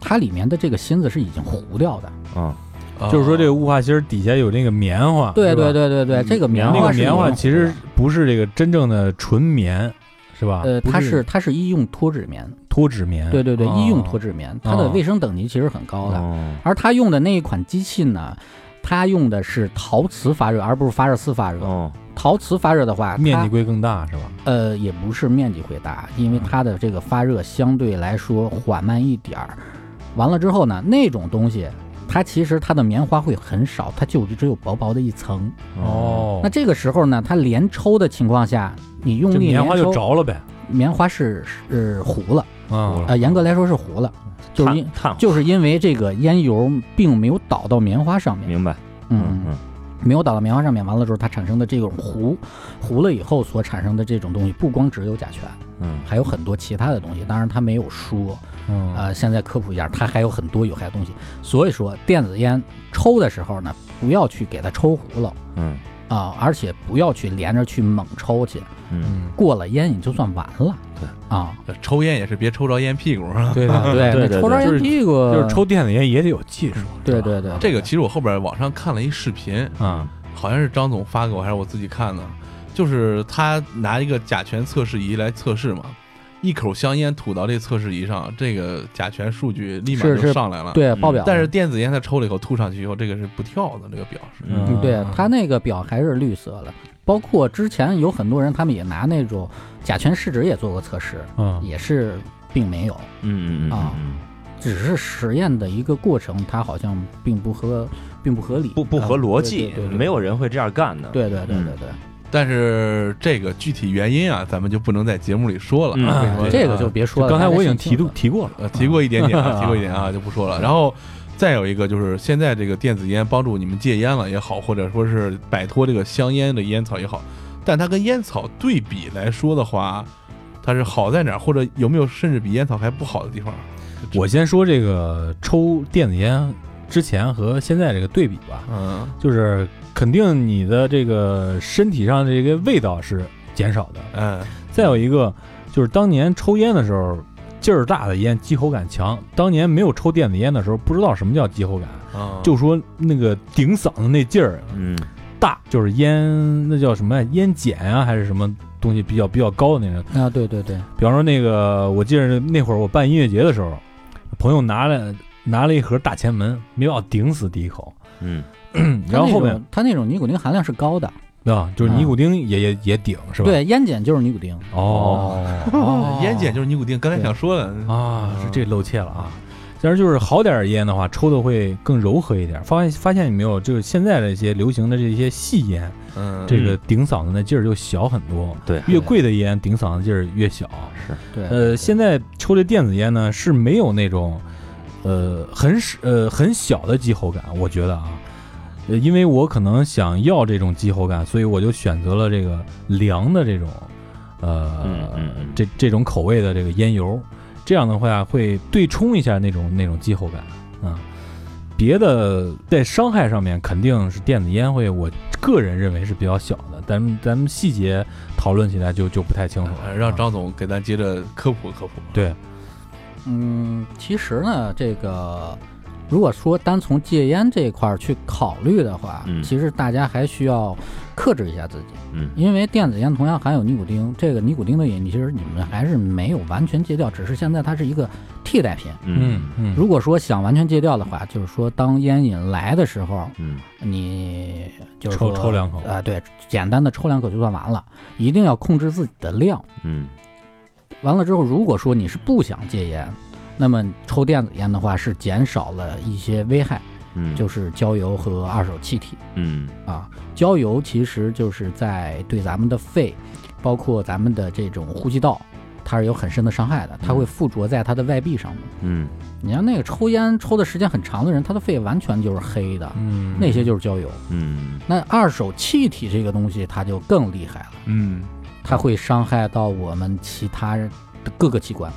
Speaker 6: 它里面的这个芯子是已经糊掉的。
Speaker 5: 啊
Speaker 2: 啊
Speaker 3: 就是说这个雾化芯儿底下有那个棉花，
Speaker 6: 对
Speaker 3: 是吧嗯
Speaker 6: 对，对对对，这个棉
Speaker 3: 那
Speaker 6: 花
Speaker 3: 个
Speaker 6: 是
Speaker 3: 棉花其
Speaker 6: 有
Speaker 3: 实啊
Speaker 6: 用的
Speaker 3: 不是这个真正的纯棉，是吧？
Speaker 6: 呃，
Speaker 3: 不
Speaker 6: 它是它是医用脱脂棉，
Speaker 3: 脱脂棉，
Speaker 6: 对对对，
Speaker 3: 哦
Speaker 6: 医用脱脂棉，它的
Speaker 3: 哦
Speaker 6: 卫生等级其实很高的。
Speaker 5: 哦
Speaker 6: 而它用的那一款机器呢，它用的是陶瓷发热，而不是发热丝发热。
Speaker 5: 哦
Speaker 6: 陶瓷发热的话，
Speaker 3: 面
Speaker 6: 它
Speaker 3: 积会更大，是吧？
Speaker 6: 呃，也不是面积会大，因为它的这个发热相对来说缓慢一点儿。完了之后呢，那种东西，它其实它的棉花会很少，它就只有薄薄的一层。
Speaker 5: 哦
Speaker 6: 那这个时候呢，它连抽的情况下，你用
Speaker 3: 这
Speaker 6: 力
Speaker 3: 棉花
Speaker 6: 连
Speaker 3: 就
Speaker 6: 抽，
Speaker 3: 着了呗，
Speaker 6: 棉花是是糊了，
Speaker 3: 啊
Speaker 5: 糊了
Speaker 6: 呃，严格来说是糊了，就是因
Speaker 5: 碳碳
Speaker 6: 就是因为这个烟油并没有倒到棉花上面，
Speaker 5: 明白。
Speaker 6: 嗯，
Speaker 5: 嗯
Speaker 6: 没有倒到棉花上面，完了之后它产生的这种糊，糊了以后所产生的这种东西，不光只有甲醛。
Speaker 5: 嗯
Speaker 6: 还有很多其他的东西，当然他没有说，
Speaker 3: 嗯
Speaker 6: 呃，现在科普一下，它还有很多有害东西。所以说，电子烟抽的时候呢，不要去给它抽糊了
Speaker 5: 嗯
Speaker 6: 啊、而且不要去连着去猛抽去，
Speaker 5: 嗯
Speaker 3: 嗯，
Speaker 6: 过了烟瘾就算完了。对啊，
Speaker 2: 呃抽烟也是别抽着烟屁股啊。
Speaker 3: 对的，
Speaker 6: 对
Speaker 5: 对对
Speaker 6: 抽着
Speaker 3: 就是
Speaker 6: 烟屁股
Speaker 3: 就是，抽电子烟也得有技术，
Speaker 6: 对对对，
Speaker 2: 这个其实我后边网上看了一视频，
Speaker 6: 嗯
Speaker 3: 啊，
Speaker 2: 好像是张总发给我，还是我自己看的，就是他拿一个甲醛测试仪来测试嘛，一口香烟吐到这测试仪上，这个甲醛数据立马
Speaker 6: 是
Speaker 2: 就是上来了。
Speaker 6: 对报表，
Speaker 2: 但是电子烟它抽了以后吐上去以后，这个是不跳的，这个表是。
Speaker 5: 嗯
Speaker 6: 对它那个表还是绿色的。包括之前有很多人，他们也拿那种甲醛试纸也做过测试，
Speaker 3: 啊，
Speaker 6: 也是并没有。
Speaker 5: 嗯嗯
Speaker 6: 啊
Speaker 5: 嗯，
Speaker 6: 只是实验的一个过程，它好像并不合，并不合理，
Speaker 5: 不不合
Speaker 6: 啊
Speaker 5: 逻辑，
Speaker 6: 对对对对
Speaker 5: 没有人会这样干的。
Speaker 6: 对对对对对，
Speaker 2: 但是这个具体原因啊，咱们就不能在节目里说了。
Speaker 5: 嗯
Speaker 2: 为什么
Speaker 3: 对
Speaker 6: 这个就别说了。
Speaker 3: 刚才我已经
Speaker 6: 大家
Speaker 3: 提
Speaker 6: 先听
Speaker 3: 都
Speaker 6: 吧
Speaker 3: 提过了，
Speaker 2: 呃提过一点点， 啊，提过一点啊，就不说了。然后再有一个就是现在这个电子烟帮助你们戒烟了也好，或者说是摆脱这个香烟的烟草也好，但它跟烟草对比来说的话，它是好在哪儿，或者有没有甚至比烟草还不好的地方？
Speaker 3: 我先说这个抽电子烟之前和现在这个对比吧，
Speaker 2: 嗯
Speaker 3: 就是肯定你的这个身体上的这个味道是减少的。
Speaker 2: 嗯
Speaker 3: 再有一个就是当年抽烟的时候，劲儿大的烟激喉感强。当年没有抽电子烟的时候，不知道什么叫激喉感，
Speaker 2: 嗯，
Speaker 3: 就说那个顶嗓子那劲儿啊
Speaker 5: 嗯，
Speaker 3: 大，就是烟那叫什么呀？烟碱啊还是什么东西比较比较高的那种。
Speaker 6: 啊，对对对，
Speaker 3: 比方说那个，我记得那会儿我办音乐节的时候，朋友拿了拿了一盒大前门，没把我顶死第一口。
Speaker 5: 嗯，
Speaker 3: 然后后面
Speaker 6: 它那种尼古丁含量是高的，
Speaker 3: 啊，就是尼古丁也、也也顶是吧？，
Speaker 6: 对，烟碱就是尼古丁。
Speaker 3: 哦
Speaker 2: 哦烟碱就是尼古丁，刚才想说了
Speaker 3: 啊，是这露怯了啊。但是就是好点儿烟的话，抽的会更柔和一点。发现发现你没有，就是现在的一些流行的这些细烟，
Speaker 2: 嗯，
Speaker 3: 这个顶嗓子的劲儿就小很多。
Speaker 5: 嗯对
Speaker 3: 越贵的烟顶嗓子劲儿越小。
Speaker 6: 对，
Speaker 3: 呃，现在抽这电子烟呢是没有那种，呃，很是呃很小的激喉感，我觉得啊，呃，因为我可能想要这种激喉感，所以我就选择了这个凉的这种，呃，
Speaker 5: 嗯嗯嗯
Speaker 3: 这这种口味的这个烟油，这样的话会对冲一下那种那种激喉感啊。别的在伤害上面肯定是电子烟会，我个人认为是比较小的，咱们咱们细节讨论起来就就不太清楚了。
Speaker 2: 呃让
Speaker 3: 啊
Speaker 2: 张总给咱接着科普科普。
Speaker 3: 对，
Speaker 6: 嗯，其实呢，这个如果说单从戒烟这一块儿去考虑的话，
Speaker 5: 嗯
Speaker 6: 其实大家还需要克制一下自己，
Speaker 5: 嗯
Speaker 6: 因为电子烟同样含有尼古丁，这个尼古丁的瘾，其实你们还是没有完全戒掉，只是现在它是一个替代品。
Speaker 5: 嗯
Speaker 3: 嗯
Speaker 6: 如果说想完全戒掉的话，就是说当烟瘾来的时候，
Speaker 5: 嗯
Speaker 6: 你就是
Speaker 3: 抽
Speaker 6: 说
Speaker 3: 抽两口
Speaker 6: 啊、对，简单的抽两口就算完了，一定要控制自己的量。
Speaker 5: 嗯
Speaker 6: 完了之后，如果说你是不想戒烟，那么抽电子烟的话是减少了一些危害，
Speaker 5: 嗯，
Speaker 6: 就是焦油和二手气体
Speaker 5: 嗯
Speaker 6: 啊。焦油其实就是在对咱们的肺，包括咱们的这种呼吸道，它是有很深的伤害的，它会附着在它的外壁上面。
Speaker 5: 嗯
Speaker 6: 你像那个抽烟抽的时间很长的人，他的肺完全就是黑的，
Speaker 3: 嗯
Speaker 6: 那些就是焦油。
Speaker 5: 嗯
Speaker 6: 那二手气体这个东西，它就更厉害了，
Speaker 2: 嗯，
Speaker 6: 它会伤害到我们其他人的各个器官。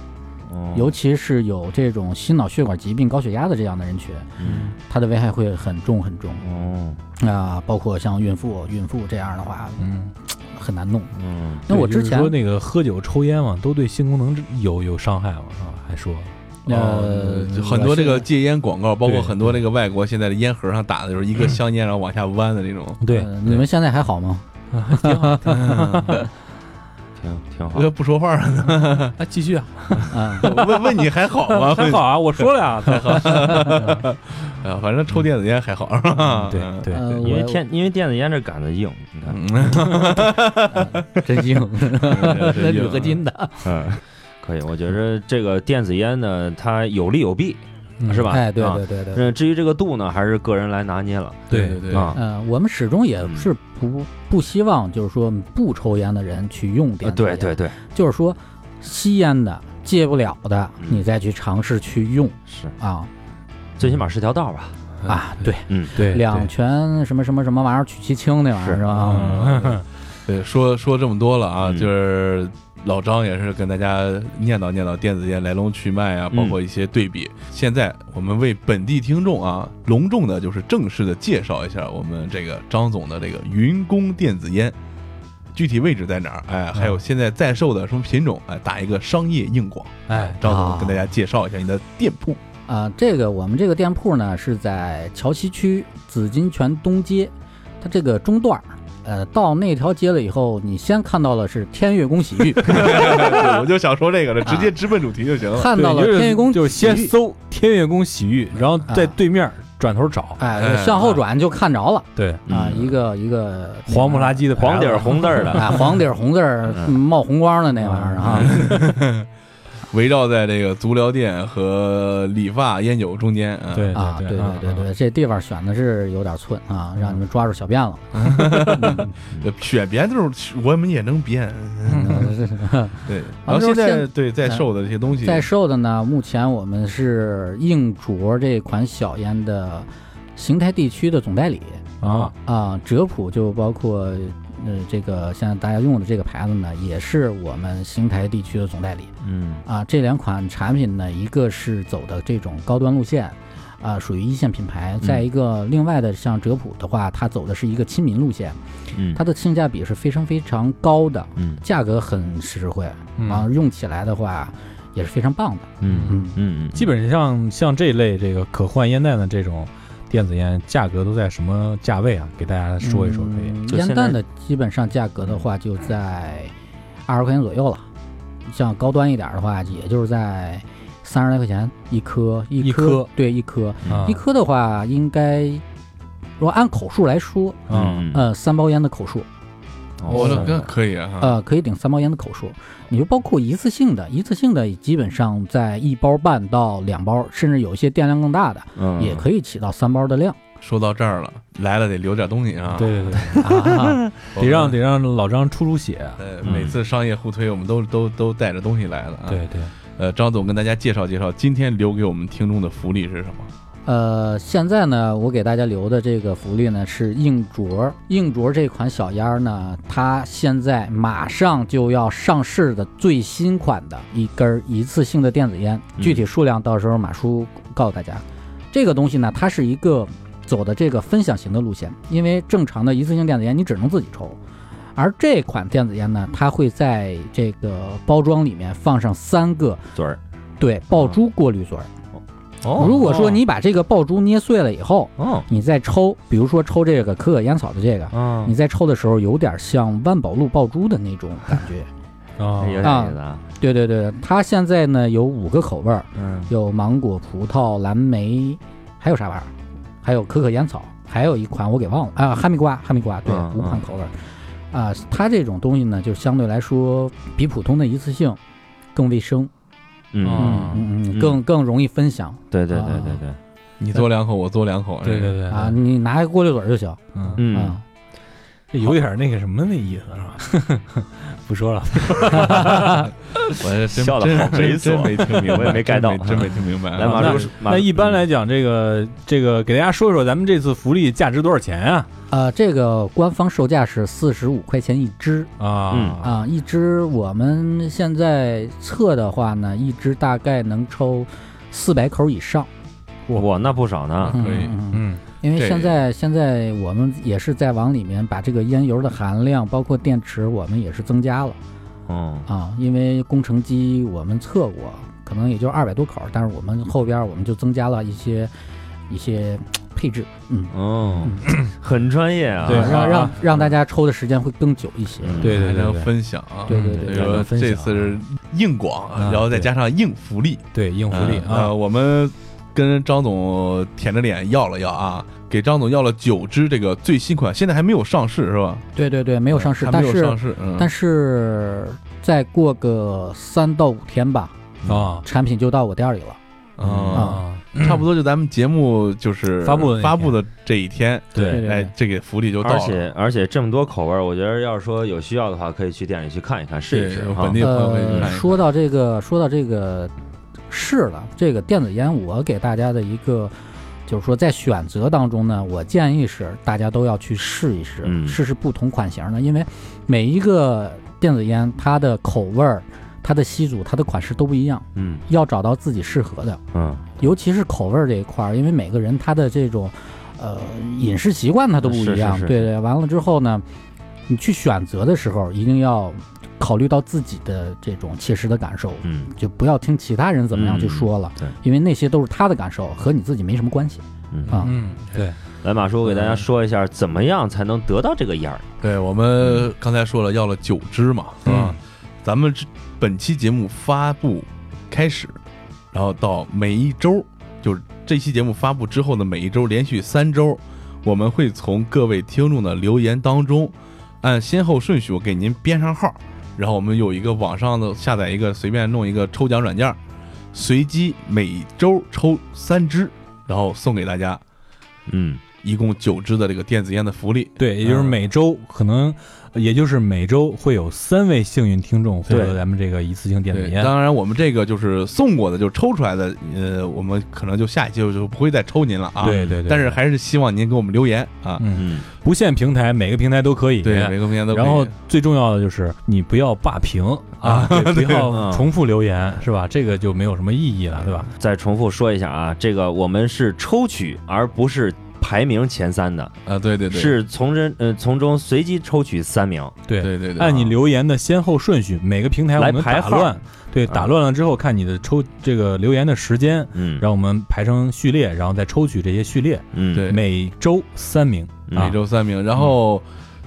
Speaker 5: 哦
Speaker 6: 尤其是有这种心脑血管疾病、高血压的这样的人群，
Speaker 5: 嗯
Speaker 6: 它的危害会很重很重
Speaker 5: 哦
Speaker 6: 啊、包括像孕妇，孕妇这样的话
Speaker 3: 嗯，
Speaker 6: 很难弄。
Speaker 5: 嗯
Speaker 6: 那
Speaker 3: 对
Speaker 6: 我
Speaker 3: 就
Speaker 6: 之
Speaker 3: 是
Speaker 6: 前
Speaker 3: 说那个喝酒抽烟嘛，都对性功能有有伤害嘛，是吧？还说
Speaker 6: 呃
Speaker 2: 哦，很多这
Speaker 6: 我
Speaker 2: 个
Speaker 6: 是
Speaker 2: 戒烟广告，包括
Speaker 3: 对嗯
Speaker 2: 很多那个外国现在的烟盒上打的就是一个香烟，然后往下弯的那种。
Speaker 3: 对
Speaker 6: 呃你们现在还好吗？
Speaker 3: 嗯
Speaker 5: 挺挺好
Speaker 2: 我，呃不说话了呢，
Speaker 3: 啊，继续啊，
Speaker 6: 啊、
Speaker 2: 问问你还好吗？
Speaker 3: 还好啊，我说了 呀，还好，
Speaker 2: 啊，反正抽电子烟还好，是吧？
Speaker 3: 嗯 对对，
Speaker 6: 呃，
Speaker 5: 因为
Speaker 6: 我
Speaker 5: 电因为电子烟这杆子硬，你看，
Speaker 2: 嗯
Speaker 6: 真硬， 那
Speaker 2: 那
Speaker 6: 铝合金的，
Speaker 5: 嗯，可以，我觉着这个电子烟呢，它有利有弊，是吧？
Speaker 6: 哎，对
Speaker 5: 啊
Speaker 6: 对 对对。
Speaker 5: 那至于这个度呢，还是个人来拿捏了
Speaker 2: 对
Speaker 3: 对
Speaker 2: 对对，
Speaker 5: 啊。
Speaker 6: 呃，我们始终也
Speaker 5: 嗯
Speaker 6: 是不不希望，就是说不抽烟的人去用
Speaker 5: 呃
Speaker 6: 电子烟，
Speaker 5: 对对，对，
Speaker 6: 就是说吸烟的、戒不了的，
Speaker 5: 嗯
Speaker 6: 你再去尝试去用
Speaker 5: 是，
Speaker 6: 啊
Speaker 5: 最起码是条道吧？
Speaker 6: 啊，对，
Speaker 3: 嗯对
Speaker 6: 两全什么什么什么玩意儿取其轻那玩意儿
Speaker 5: 是
Speaker 6: 是吧？
Speaker 2: 嗯对，说说这么多了啊，
Speaker 5: 嗯
Speaker 2: 就是老张也是跟大家念叨念叨电子烟来龙去脉啊，
Speaker 5: 嗯
Speaker 2: 包括一些对比。现在我们为本地听众啊，隆重的就是正式的介绍一下我们这个张总的这个云工电子烟。具体位置在哪儿？哎，还有现在在售的什么品种？哎，打一个商业硬广。
Speaker 3: 哎，
Speaker 2: 张
Speaker 6: 啊
Speaker 2: 总跟大家介绍一下你的店 铺。
Speaker 6: 啊、这个我们这个店铺呢是在桥西区紫金泉东街，它这个中段儿。呃，到那条街了以后，你先看到了是天乐宫洗 浴，
Speaker 2: 对我就想说这个了，直接直奔主题就行了。
Speaker 3: 啊
Speaker 6: 看到了
Speaker 3: 对就是
Speaker 6: 天乐宫洗浴，啊
Speaker 3: 就是先搜天乐宫洗浴，然后在对面转头找，
Speaker 6: 哎，
Speaker 2: 哎
Speaker 6: 向后转就看着了
Speaker 3: 对，
Speaker 6: 啊、
Speaker 5: 嗯
Speaker 6: 一个一个
Speaker 3: 黄不拉几的牌子
Speaker 5: 黄底儿红字儿的，
Speaker 6: 啊，黄底儿红字儿
Speaker 5: 嗯
Speaker 6: 冒红光的那玩意儿啊，
Speaker 2: 围绕在这个足疗店和理发烟酒中间啊。
Speaker 3: 对
Speaker 6: 啊，对
Speaker 3: 嗯对
Speaker 6: 对对，对，这地方选的是有点寸啊，让你们抓住小辫了。
Speaker 2: 呃选别的时候我们也能 编，对。
Speaker 3: 啊
Speaker 2: 然后
Speaker 6: 完了之后
Speaker 2: 现在
Speaker 6: 现
Speaker 2: 对在售的这些
Speaker 5: 嗯
Speaker 2: 东西，
Speaker 6: 在售的呢，目前我们是硬卓这款小烟的邢台地区的总代理
Speaker 3: 啊，
Speaker 6: 啊，哲普就包括呃，这个现在大家用的这个牌子呢，也是我们邢台地区的总代理
Speaker 5: 嗯
Speaker 6: 啊。这两款产品呢，一个是走的这种高端路线，啊，属于一线品牌；
Speaker 3: 嗯
Speaker 6: 再一个，另外的像哲普的话，它走的是一个亲民路线，
Speaker 5: 嗯，
Speaker 6: 它的性价比是非常非常高的，
Speaker 5: 嗯
Speaker 6: 价格很实惠，
Speaker 2: 嗯
Speaker 6: 啊，用起来的话也是非常棒的。
Speaker 5: 嗯
Speaker 6: 嗯，
Speaker 5: 嗯，
Speaker 3: 基本上像这类这个可换烟弹的这种电子烟，价格都在什么价位啊？给大家说一说可以。
Speaker 6: 嗯
Speaker 5: 就
Speaker 6: 烟
Speaker 5: 现
Speaker 6: 弹
Speaker 5: 在
Speaker 6: 的基本上价格的
Speaker 3: 嗯
Speaker 6: 话就在二十块钱左右了，像高端一点的话，也就是在三十来块钱一颗，一
Speaker 3: 一颗
Speaker 6: 对一颗，
Speaker 5: 嗯
Speaker 3: 啊
Speaker 6: 一颗的话应该如果按口数来说，
Speaker 5: 嗯
Speaker 6: 呃，三包烟的口数，
Speaker 2: 嗯我的
Speaker 3: 哦
Speaker 2: 哥可以啊，
Speaker 6: 呃，可以顶三包烟的口数，你就包括一次性的，一次性的基本上在一包半到两包，甚至有一些电量更大的，
Speaker 5: 嗯
Speaker 6: 也可以起到三包的量
Speaker 2: 说到这儿了，来了得留点东西
Speaker 6: 嗯
Speaker 2: 啊，
Speaker 3: 对对对，
Speaker 6: 啊，
Speaker 2: 我
Speaker 3: 得
Speaker 2: 们
Speaker 3: 让得让老张出出血。
Speaker 2: 呃，
Speaker 5: 嗯
Speaker 2: 每次商业互推，我们都都都带着东西来
Speaker 6: 嗯
Speaker 2: 了啊。，
Speaker 3: 对对，
Speaker 2: 呃，张总跟大家介绍介绍，今天留给我们听众的福利是什么？
Speaker 6: 呃，现在呢，我给大家留的这个福利呢是硬卓，硬卓这款小烟儿呢，它现在马上就要上市的最新款的一根儿一次性的电子烟，具体数量到时候马叔告诉大家。这个东西呢，它是一个走的这个分享型的路线，因为正常的一次性电子烟你只能自己抽，而这款电子烟呢，它会在这个包装里面放上三个
Speaker 5: 嘴儿。
Speaker 6: 对爆珠过滤嘴儿。
Speaker 5: 哦
Speaker 6: 如果说你把这个爆珠捏碎了以后，
Speaker 5: 哦
Speaker 6: 你再抽，比如说抽这个可可烟草的这个，
Speaker 5: 嗯
Speaker 6: 你，在抽的时候有点像万宝路爆珠的那种感觉。
Speaker 3: 啊
Speaker 6: 哎
Speaker 5: 有点意思啊，
Speaker 6: 对对对，它现在呢有五个口味儿，
Speaker 5: 嗯
Speaker 6: 有芒果、葡萄、蓝莓，还有啥玩意儿？还有可可烟草，还有一款我给忘了啊，哈密瓜，哈密瓜，对，
Speaker 5: 嗯
Speaker 6: 五款
Speaker 5: 嗯
Speaker 6: 口味儿。啊，它这种东西呢，就相对来说比普通的一次性更卫生，
Speaker 5: 嗯，
Speaker 3: 啊
Speaker 6: 嗯嗯，
Speaker 5: 嗯
Speaker 6: 更更容易分享
Speaker 5: 对对对对对，
Speaker 2: 你嘬两口，我嘬两口。
Speaker 3: 对对对
Speaker 6: 啊，，你拿个过滤嘴儿就行
Speaker 3: 嗯，
Speaker 5: 嗯
Speaker 6: 啊。
Speaker 3: 这有点那个什么那意思是吧？ 不说了，
Speaker 2: 我这真
Speaker 5: 笑得
Speaker 2: 真
Speaker 5: 好猥琐
Speaker 2: 真没听明白，
Speaker 5: 我也没 get 到
Speaker 2: 真没真没听明白啊。
Speaker 5: 来马
Speaker 3: 那
Speaker 5: 叔说，马
Speaker 3: 那一般来讲，这个这个给大家说说咱们这次福利价值多少钱啊？
Speaker 6: 呃，这个官方售价是四十五块钱一支
Speaker 2: 嗯
Speaker 3: 啊
Speaker 6: 啊、一支我们现在测的话呢，一支大概能抽四百口以上。
Speaker 5: 哇，那不少呢，
Speaker 6: 嗯
Speaker 2: 可以
Speaker 6: 嗯嗯
Speaker 3: 嗯
Speaker 6: 因为
Speaker 2: 这
Speaker 6: 现在现在我们也是在往里面把这个烟油的含量，包括电池，我们也是增加了
Speaker 5: 嗯
Speaker 6: 啊。因为工程机我们测过，可能也就二百多口，但是我们后边我们就增加了一些一些配置，嗯，
Speaker 5: 嗯，很专业啊，
Speaker 3: 对
Speaker 6: 啊让
Speaker 3: 啊
Speaker 6: 让让大家抽的时间会更久一些。
Speaker 5: 嗯
Speaker 3: 对对
Speaker 2: 还
Speaker 3: 对
Speaker 2: 能
Speaker 3: 对
Speaker 2: 分享啊。
Speaker 6: 对对
Speaker 2: 所
Speaker 6: 对，
Speaker 2: 以
Speaker 3: 对
Speaker 2: 说
Speaker 3: 能分享
Speaker 2: 这次是硬广，
Speaker 3: 啊
Speaker 2: 然后再
Speaker 3: 对
Speaker 2: 加上硬福利，
Speaker 3: 对，硬福利
Speaker 2: 嗯呃
Speaker 3: 啊，
Speaker 2: 我们跟张总舔着脸要了要啊，给张总要了九支这个最新款，现在还没有上市是吧？
Speaker 6: 对对对，没
Speaker 2: 没
Speaker 6: 有上市，
Speaker 2: 没
Speaker 6: 但
Speaker 2: 有
Speaker 6: 是
Speaker 2: 上市，嗯
Speaker 6: 但是再过个三到五天吧，
Speaker 2: 嗯
Speaker 3: 啊
Speaker 6: 产品就到我店里
Speaker 2: 啊
Speaker 6: 了。啊。
Speaker 5: 嗯
Speaker 2: 差不多就咱们节目就是
Speaker 3: 嗯发布的那
Speaker 2: 发布的这一天，
Speaker 6: 对
Speaker 3: 对，
Speaker 6: 对
Speaker 2: 哎，这个福利就到
Speaker 5: 而
Speaker 2: 了。
Speaker 5: 且而且这么多口味儿，我觉得要是说有需要的话，可以去店里去看一看，试一试啊
Speaker 2: 对
Speaker 5: 哈
Speaker 2: 本。地那朋友可以去看一
Speaker 6: 呃，
Speaker 2: 看
Speaker 6: 说到这个，说到这个试了这个电子烟，我给大家的一个就是说，在选择当中呢，我建议是大家都要去试一试，
Speaker 5: 嗯
Speaker 6: 试试不同款型的，因为每一个电子烟它的口味儿、它的吸组、它的款式都不一样，
Speaker 5: 嗯
Speaker 6: 要找到自己适合的。
Speaker 5: 嗯，
Speaker 6: 尤其是口味儿这一块儿，因为每个人他的这种呃饮食习惯他都不一样，
Speaker 5: 是是是
Speaker 6: 对对。完了之后呢，你去选择的时候一定要考虑到自己的这种切实的感受，
Speaker 5: 嗯
Speaker 6: 就不要听其他人怎么样去说了，
Speaker 5: 嗯对
Speaker 6: 因为那些都是他的感受，和你自己没什么关系。
Speaker 5: 嗯
Speaker 6: 啊
Speaker 3: 嗯对，
Speaker 5: 来马叔，我给大家说一下，怎么样才能得到这个烟儿？
Speaker 2: 对我们刚才说了要了九支嘛，
Speaker 3: 嗯
Speaker 2: 是
Speaker 3: 啊
Speaker 2: 吧？咱们这本期节目发布开始，然后到每一周，就是这期节目发布之后的每一周，连续三周，我们会从各位听众的留言当中，按先后顺序我给您编上号，然后我们有一个网上的下载一个随便弄一个抽奖软件，随机每周抽三支，然后送给大家。
Speaker 5: 嗯，
Speaker 2: 一共九支的这个电子烟的福利。
Speaker 3: 对，也就是每周可能，也就是每周会有三位幸运听众获得
Speaker 2: 对
Speaker 3: 咱们这个一次性电子
Speaker 2: 对，
Speaker 3: 烟。
Speaker 2: 当然我们这个就是送过的，就是抽出来的，呃，我们可能就下一期就就不会再抽您了啊。，
Speaker 3: 对对对，
Speaker 2: 但是还是希望您给我们留言啊。
Speaker 3: 嗯，
Speaker 5: 嗯，
Speaker 3: 不限平台，每个平台都可以。哎
Speaker 2: 对，每个平台都可以
Speaker 3: 然后最重要的就是你不要霸屏 啊，对
Speaker 2: 嗯
Speaker 3: 不要重复留言，是吧？这个就没有什么意义了，对吧？
Speaker 5: 啊再重复说一下啊，这个我们是抽取，而不是排名前三的，
Speaker 2: 啊，对对对，，
Speaker 5: 是从人呃从中随机抽取三名。
Speaker 3: 对
Speaker 2: 对对对，
Speaker 3: 按你留言的先后顺序，每个平台我
Speaker 5: 来
Speaker 3: 们
Speaker 5: 排
Speaker 3: 打
Speaker 5: 号
Speaker 3: 乱，对，
Speaker 5: 啊
Speaker 3: 打乱了之后看你的抽这个留言的时间，
Speaker 5: 嗯，
Speaker 3: 然后我们排成序列，然后再抽取这些序列，
Speaker 5: 嗯，
Speaker 2: 对
Speaker 3: 每周三名
Speaker 5: 嗯
Speaker 2: 每周三名。然后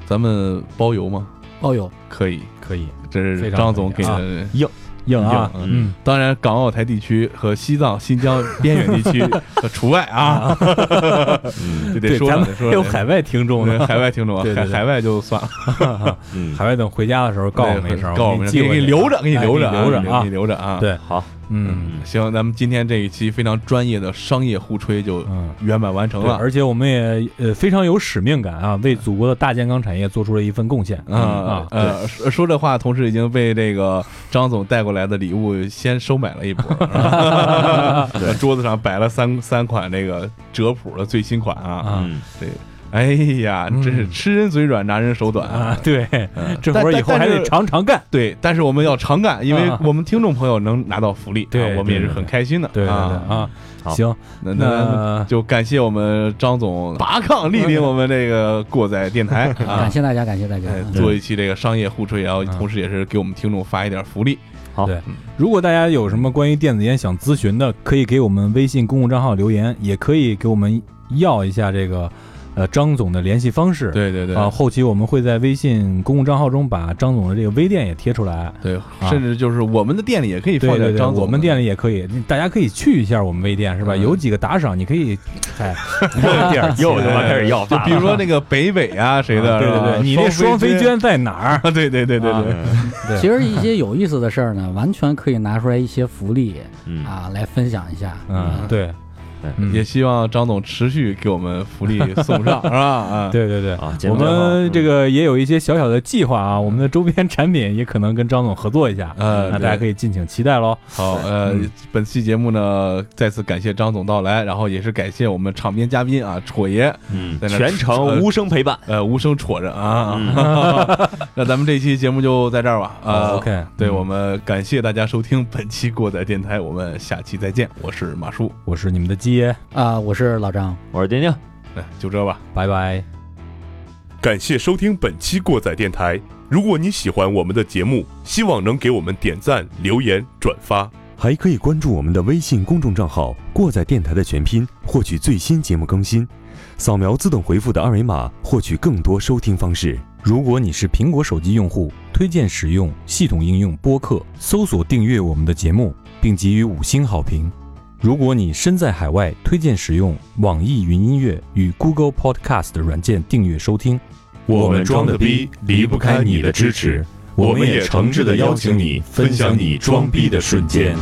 Speaker 2: 咱们包邮吗？
Speaker 6: 包邮，
Speaker 2: 可以，
Speaker 3: 可以
Speaker 2: 这是
Speaker 3: 非常
Speaker 2: 张总
Speaker 3: 可
Speaker 2: 给
Speaker 3: 以啊
Speaker 2: 的。
Speaker 3: 硬啊，
Speaker 2: 硬
Speaker 3: 嗯，
Speaker 2: 当然，港澳台地区和西藏、新疆边远地区可除外 啊，
Speaker 5: 嗯
Speaker 2: 就得
Speaker 3: 对，
Speaker 2: 说
Speaker 3: 咱
Speaker 2: 了
Speaker 3: 们
Speaker 2: 得
Speaker 3: 还
Speaker 2: 说
Speaker 3: 有
Speaker 2: 了
Speaker 3: 海外听众
Speaker 2: 对
Speaker 3: 呢，
Speaker 2: 海外听众啊，
Speaker 3: 对对
Speaker 2: 海
Speaker 3: 对
Speaker 2: 海外就算了，
Speaker 5: 嗯，
Speaker 3: 海外等回家的时候告诉我们一声，
Speaker 2: 告诉我们
Speaker 3: 们
Speaker 2: 一
Speaker 3: 寄
Speaker 2: 声，
Speaker 3: 过
Speaker 2: 给你
Speaker 3: 去
Speaker 2: 留着，给你
Speaker 3: 哎
Speaker 2: 留着，
Speaker 3: 留着
Speaker 2: 啊，
Speaker 3: 啊
Speaker 2: 给你，留着啊。
Speaker 3: 对
Speaker 5: 好，
Speaker 3: 嗯
Speaker 5: 嗯，
Speaker 2: 行，咱们今天这一期非常专业的商业互吹就
Speaker 3: 嗯。
Speaker 2: 圆满完成
Speaker 3: 对，
Speaker 2: 了。
Speaker 3: 而且我们也呃非常有使命感啊，为祖国的大健康产业做出了一份贡献
Speaker 2: 啊
Speaker 3: 啊。
Speaker 2: 呃，说说这话，同时已经被这个张总带过来的礼物先收买了一波， 在桌子上摆了三三款这个折谱的最新款啊。
Speaker 3: 啊嗯
Speaker 5: 嗯
Speaker 2: 哎呀，真是吃人嘴软，拿人手短
Speaker 3: 啊！！对，
Speaker 2: 嗯
Speaker 3: 这活儿
Speaker 2: 但
Speaker 3: 以后还
Speaker 2: 但
Speaker 3: 得
Speaker 2: 是
Speaker 3: 常常干。
Speaker 2: 对，但是我们要常干，因为我们听众朋友能拿到福利，
Speaker 3: 对
Speaker 2: 啊我们也是很开心的。
Speaker 3: 对对对
Speaker 2: 啊，
Speaker 3: 啊，
Speaker 5: 好
Speaker 3: 行，
Speaker 2: 那那
Speaker 3: 那
Speaker 2: 就感谢我们张总拔抗莅临我们这个过载电台 啊
Speaker 6: 感。谢大家，感谢大家。
Speaker 2: 哎，
Speaker 6: 嗯
Speaker 2: 做一期这个商业互吹，然后
Speaker 3: 啊
Speaker 2: 同时也是给我们听众发一点福利。
Speaker 3: 如果大家有什么关于电子烟想咨询的，可以给我们微信公共账号留言，也可以给我们要一下这个呃张总的联系方式。
Speaker 2: 对对对，
Speaker 3: 啊，后期我们会在微信公共账号中把张总的这个微店也贴出来。
Speaker 2: 对，甚至就是我们的店里也可以
Speaker 3: 啊对
Speaker 2: 放
Speaker 3: 对
Speaker 2: 点
Speaker 3: 对，
Speaker 2: 张总的，
Speaker 3: 我 们店里也可以，大家可以去一下我们微店是吧？
Speaker 2: 嗯
Speaker 3: 有几个打赏，你可以，嗨，
Speaker 5: 又点又他妈开 始要
Speaker 2: 就
Speaker 5: 饭
Speaker 2: 比如
Speaker 5: 了，
Speaker 2: 说那个北北啊谁的，
Speaker 3: 对
Speaker 2: 是
Speaker 3: 对
Speaker 2: 吧
Speaker 3: 对，你那双飞
Speaker 2: 娟
Speaker 3: 娟在哪儿？
Speaker 2: 啊，对对对对对，
Speaker 5: 嗯
Speaker 6: 其实一些有意思的事儿呢，完全可以拿出来一些福利
Speaker 5: 嗯，
Speaker 6: 啊来分享一下。
Speaker 3: 嗯，对
Speaker 5: 对，
Speaker 3: 嗯
Speaker 2: 也希望张总持续给我们福利送 上，是吧？啊，
Speaker 3: 对对对。
Speaker 5: 啊，节
Speaker 3: 我
Speaker 5: 目最后
Speaker 3: 们这
Speaker 5: 嗯
Speaker 3: 个也有一些小小的计划啊，我们的周边产品也可能跟张总合作一下，
Speaker 2: 呃
Speaker 3: 那大家可以敬请期待喽。
Speaker 2: 好，呃
Speaker 3: 嗯，
Speaker 2: 本期节目呢，再次感谢张总到来，然后也是感谢我们场边嘉宾啊，戳爷，在
Speaker 5: 嗯
Speaker 2: 那
Speaker 5: 全程无声陪伴，
Speaker 2: 呃，无声戳着啊。
Speaker 5: 嗯，
Speaker 2: 那咱们这期节目就在这儿吧，呃
Speaker 3: OK，
Speaker 2: 对
Speaker 3: 嗯
Speaker 2: 我们感谢大家收听本期过载电台，我们下期再见，我是马叔，
Speaker 3: 我是你们的鸡爷，
Speaker 6: 啊，我是老张。
Speaker 5: 我是丁丁。
Speaker 2: 哎，就这吧。
Speaker 3: 拜拜。
Speaker 1: 感谢收听本期过载电台。如果你喜欢我们的节目，希望能给我们点赞、留言、转发。
Speaker 7: 还可以关注我们的微信公众账号“过载电台”的全拼，获取最新节目更新。扫描自动回复的二维码，获取更多收听方式。
Speaker 3: 如果你是苹果手机用户，推荐使用系统应用播客，搜索订阅我们的节目，并给予五星好评。如果你身在海外，推荐使用网易云音乐与 Google Podcast 的软件订阅收听。
Speaker 7: 我们装的逼离不开你的支持，我们也诚挚的邀请你分享你装逼的瞬间。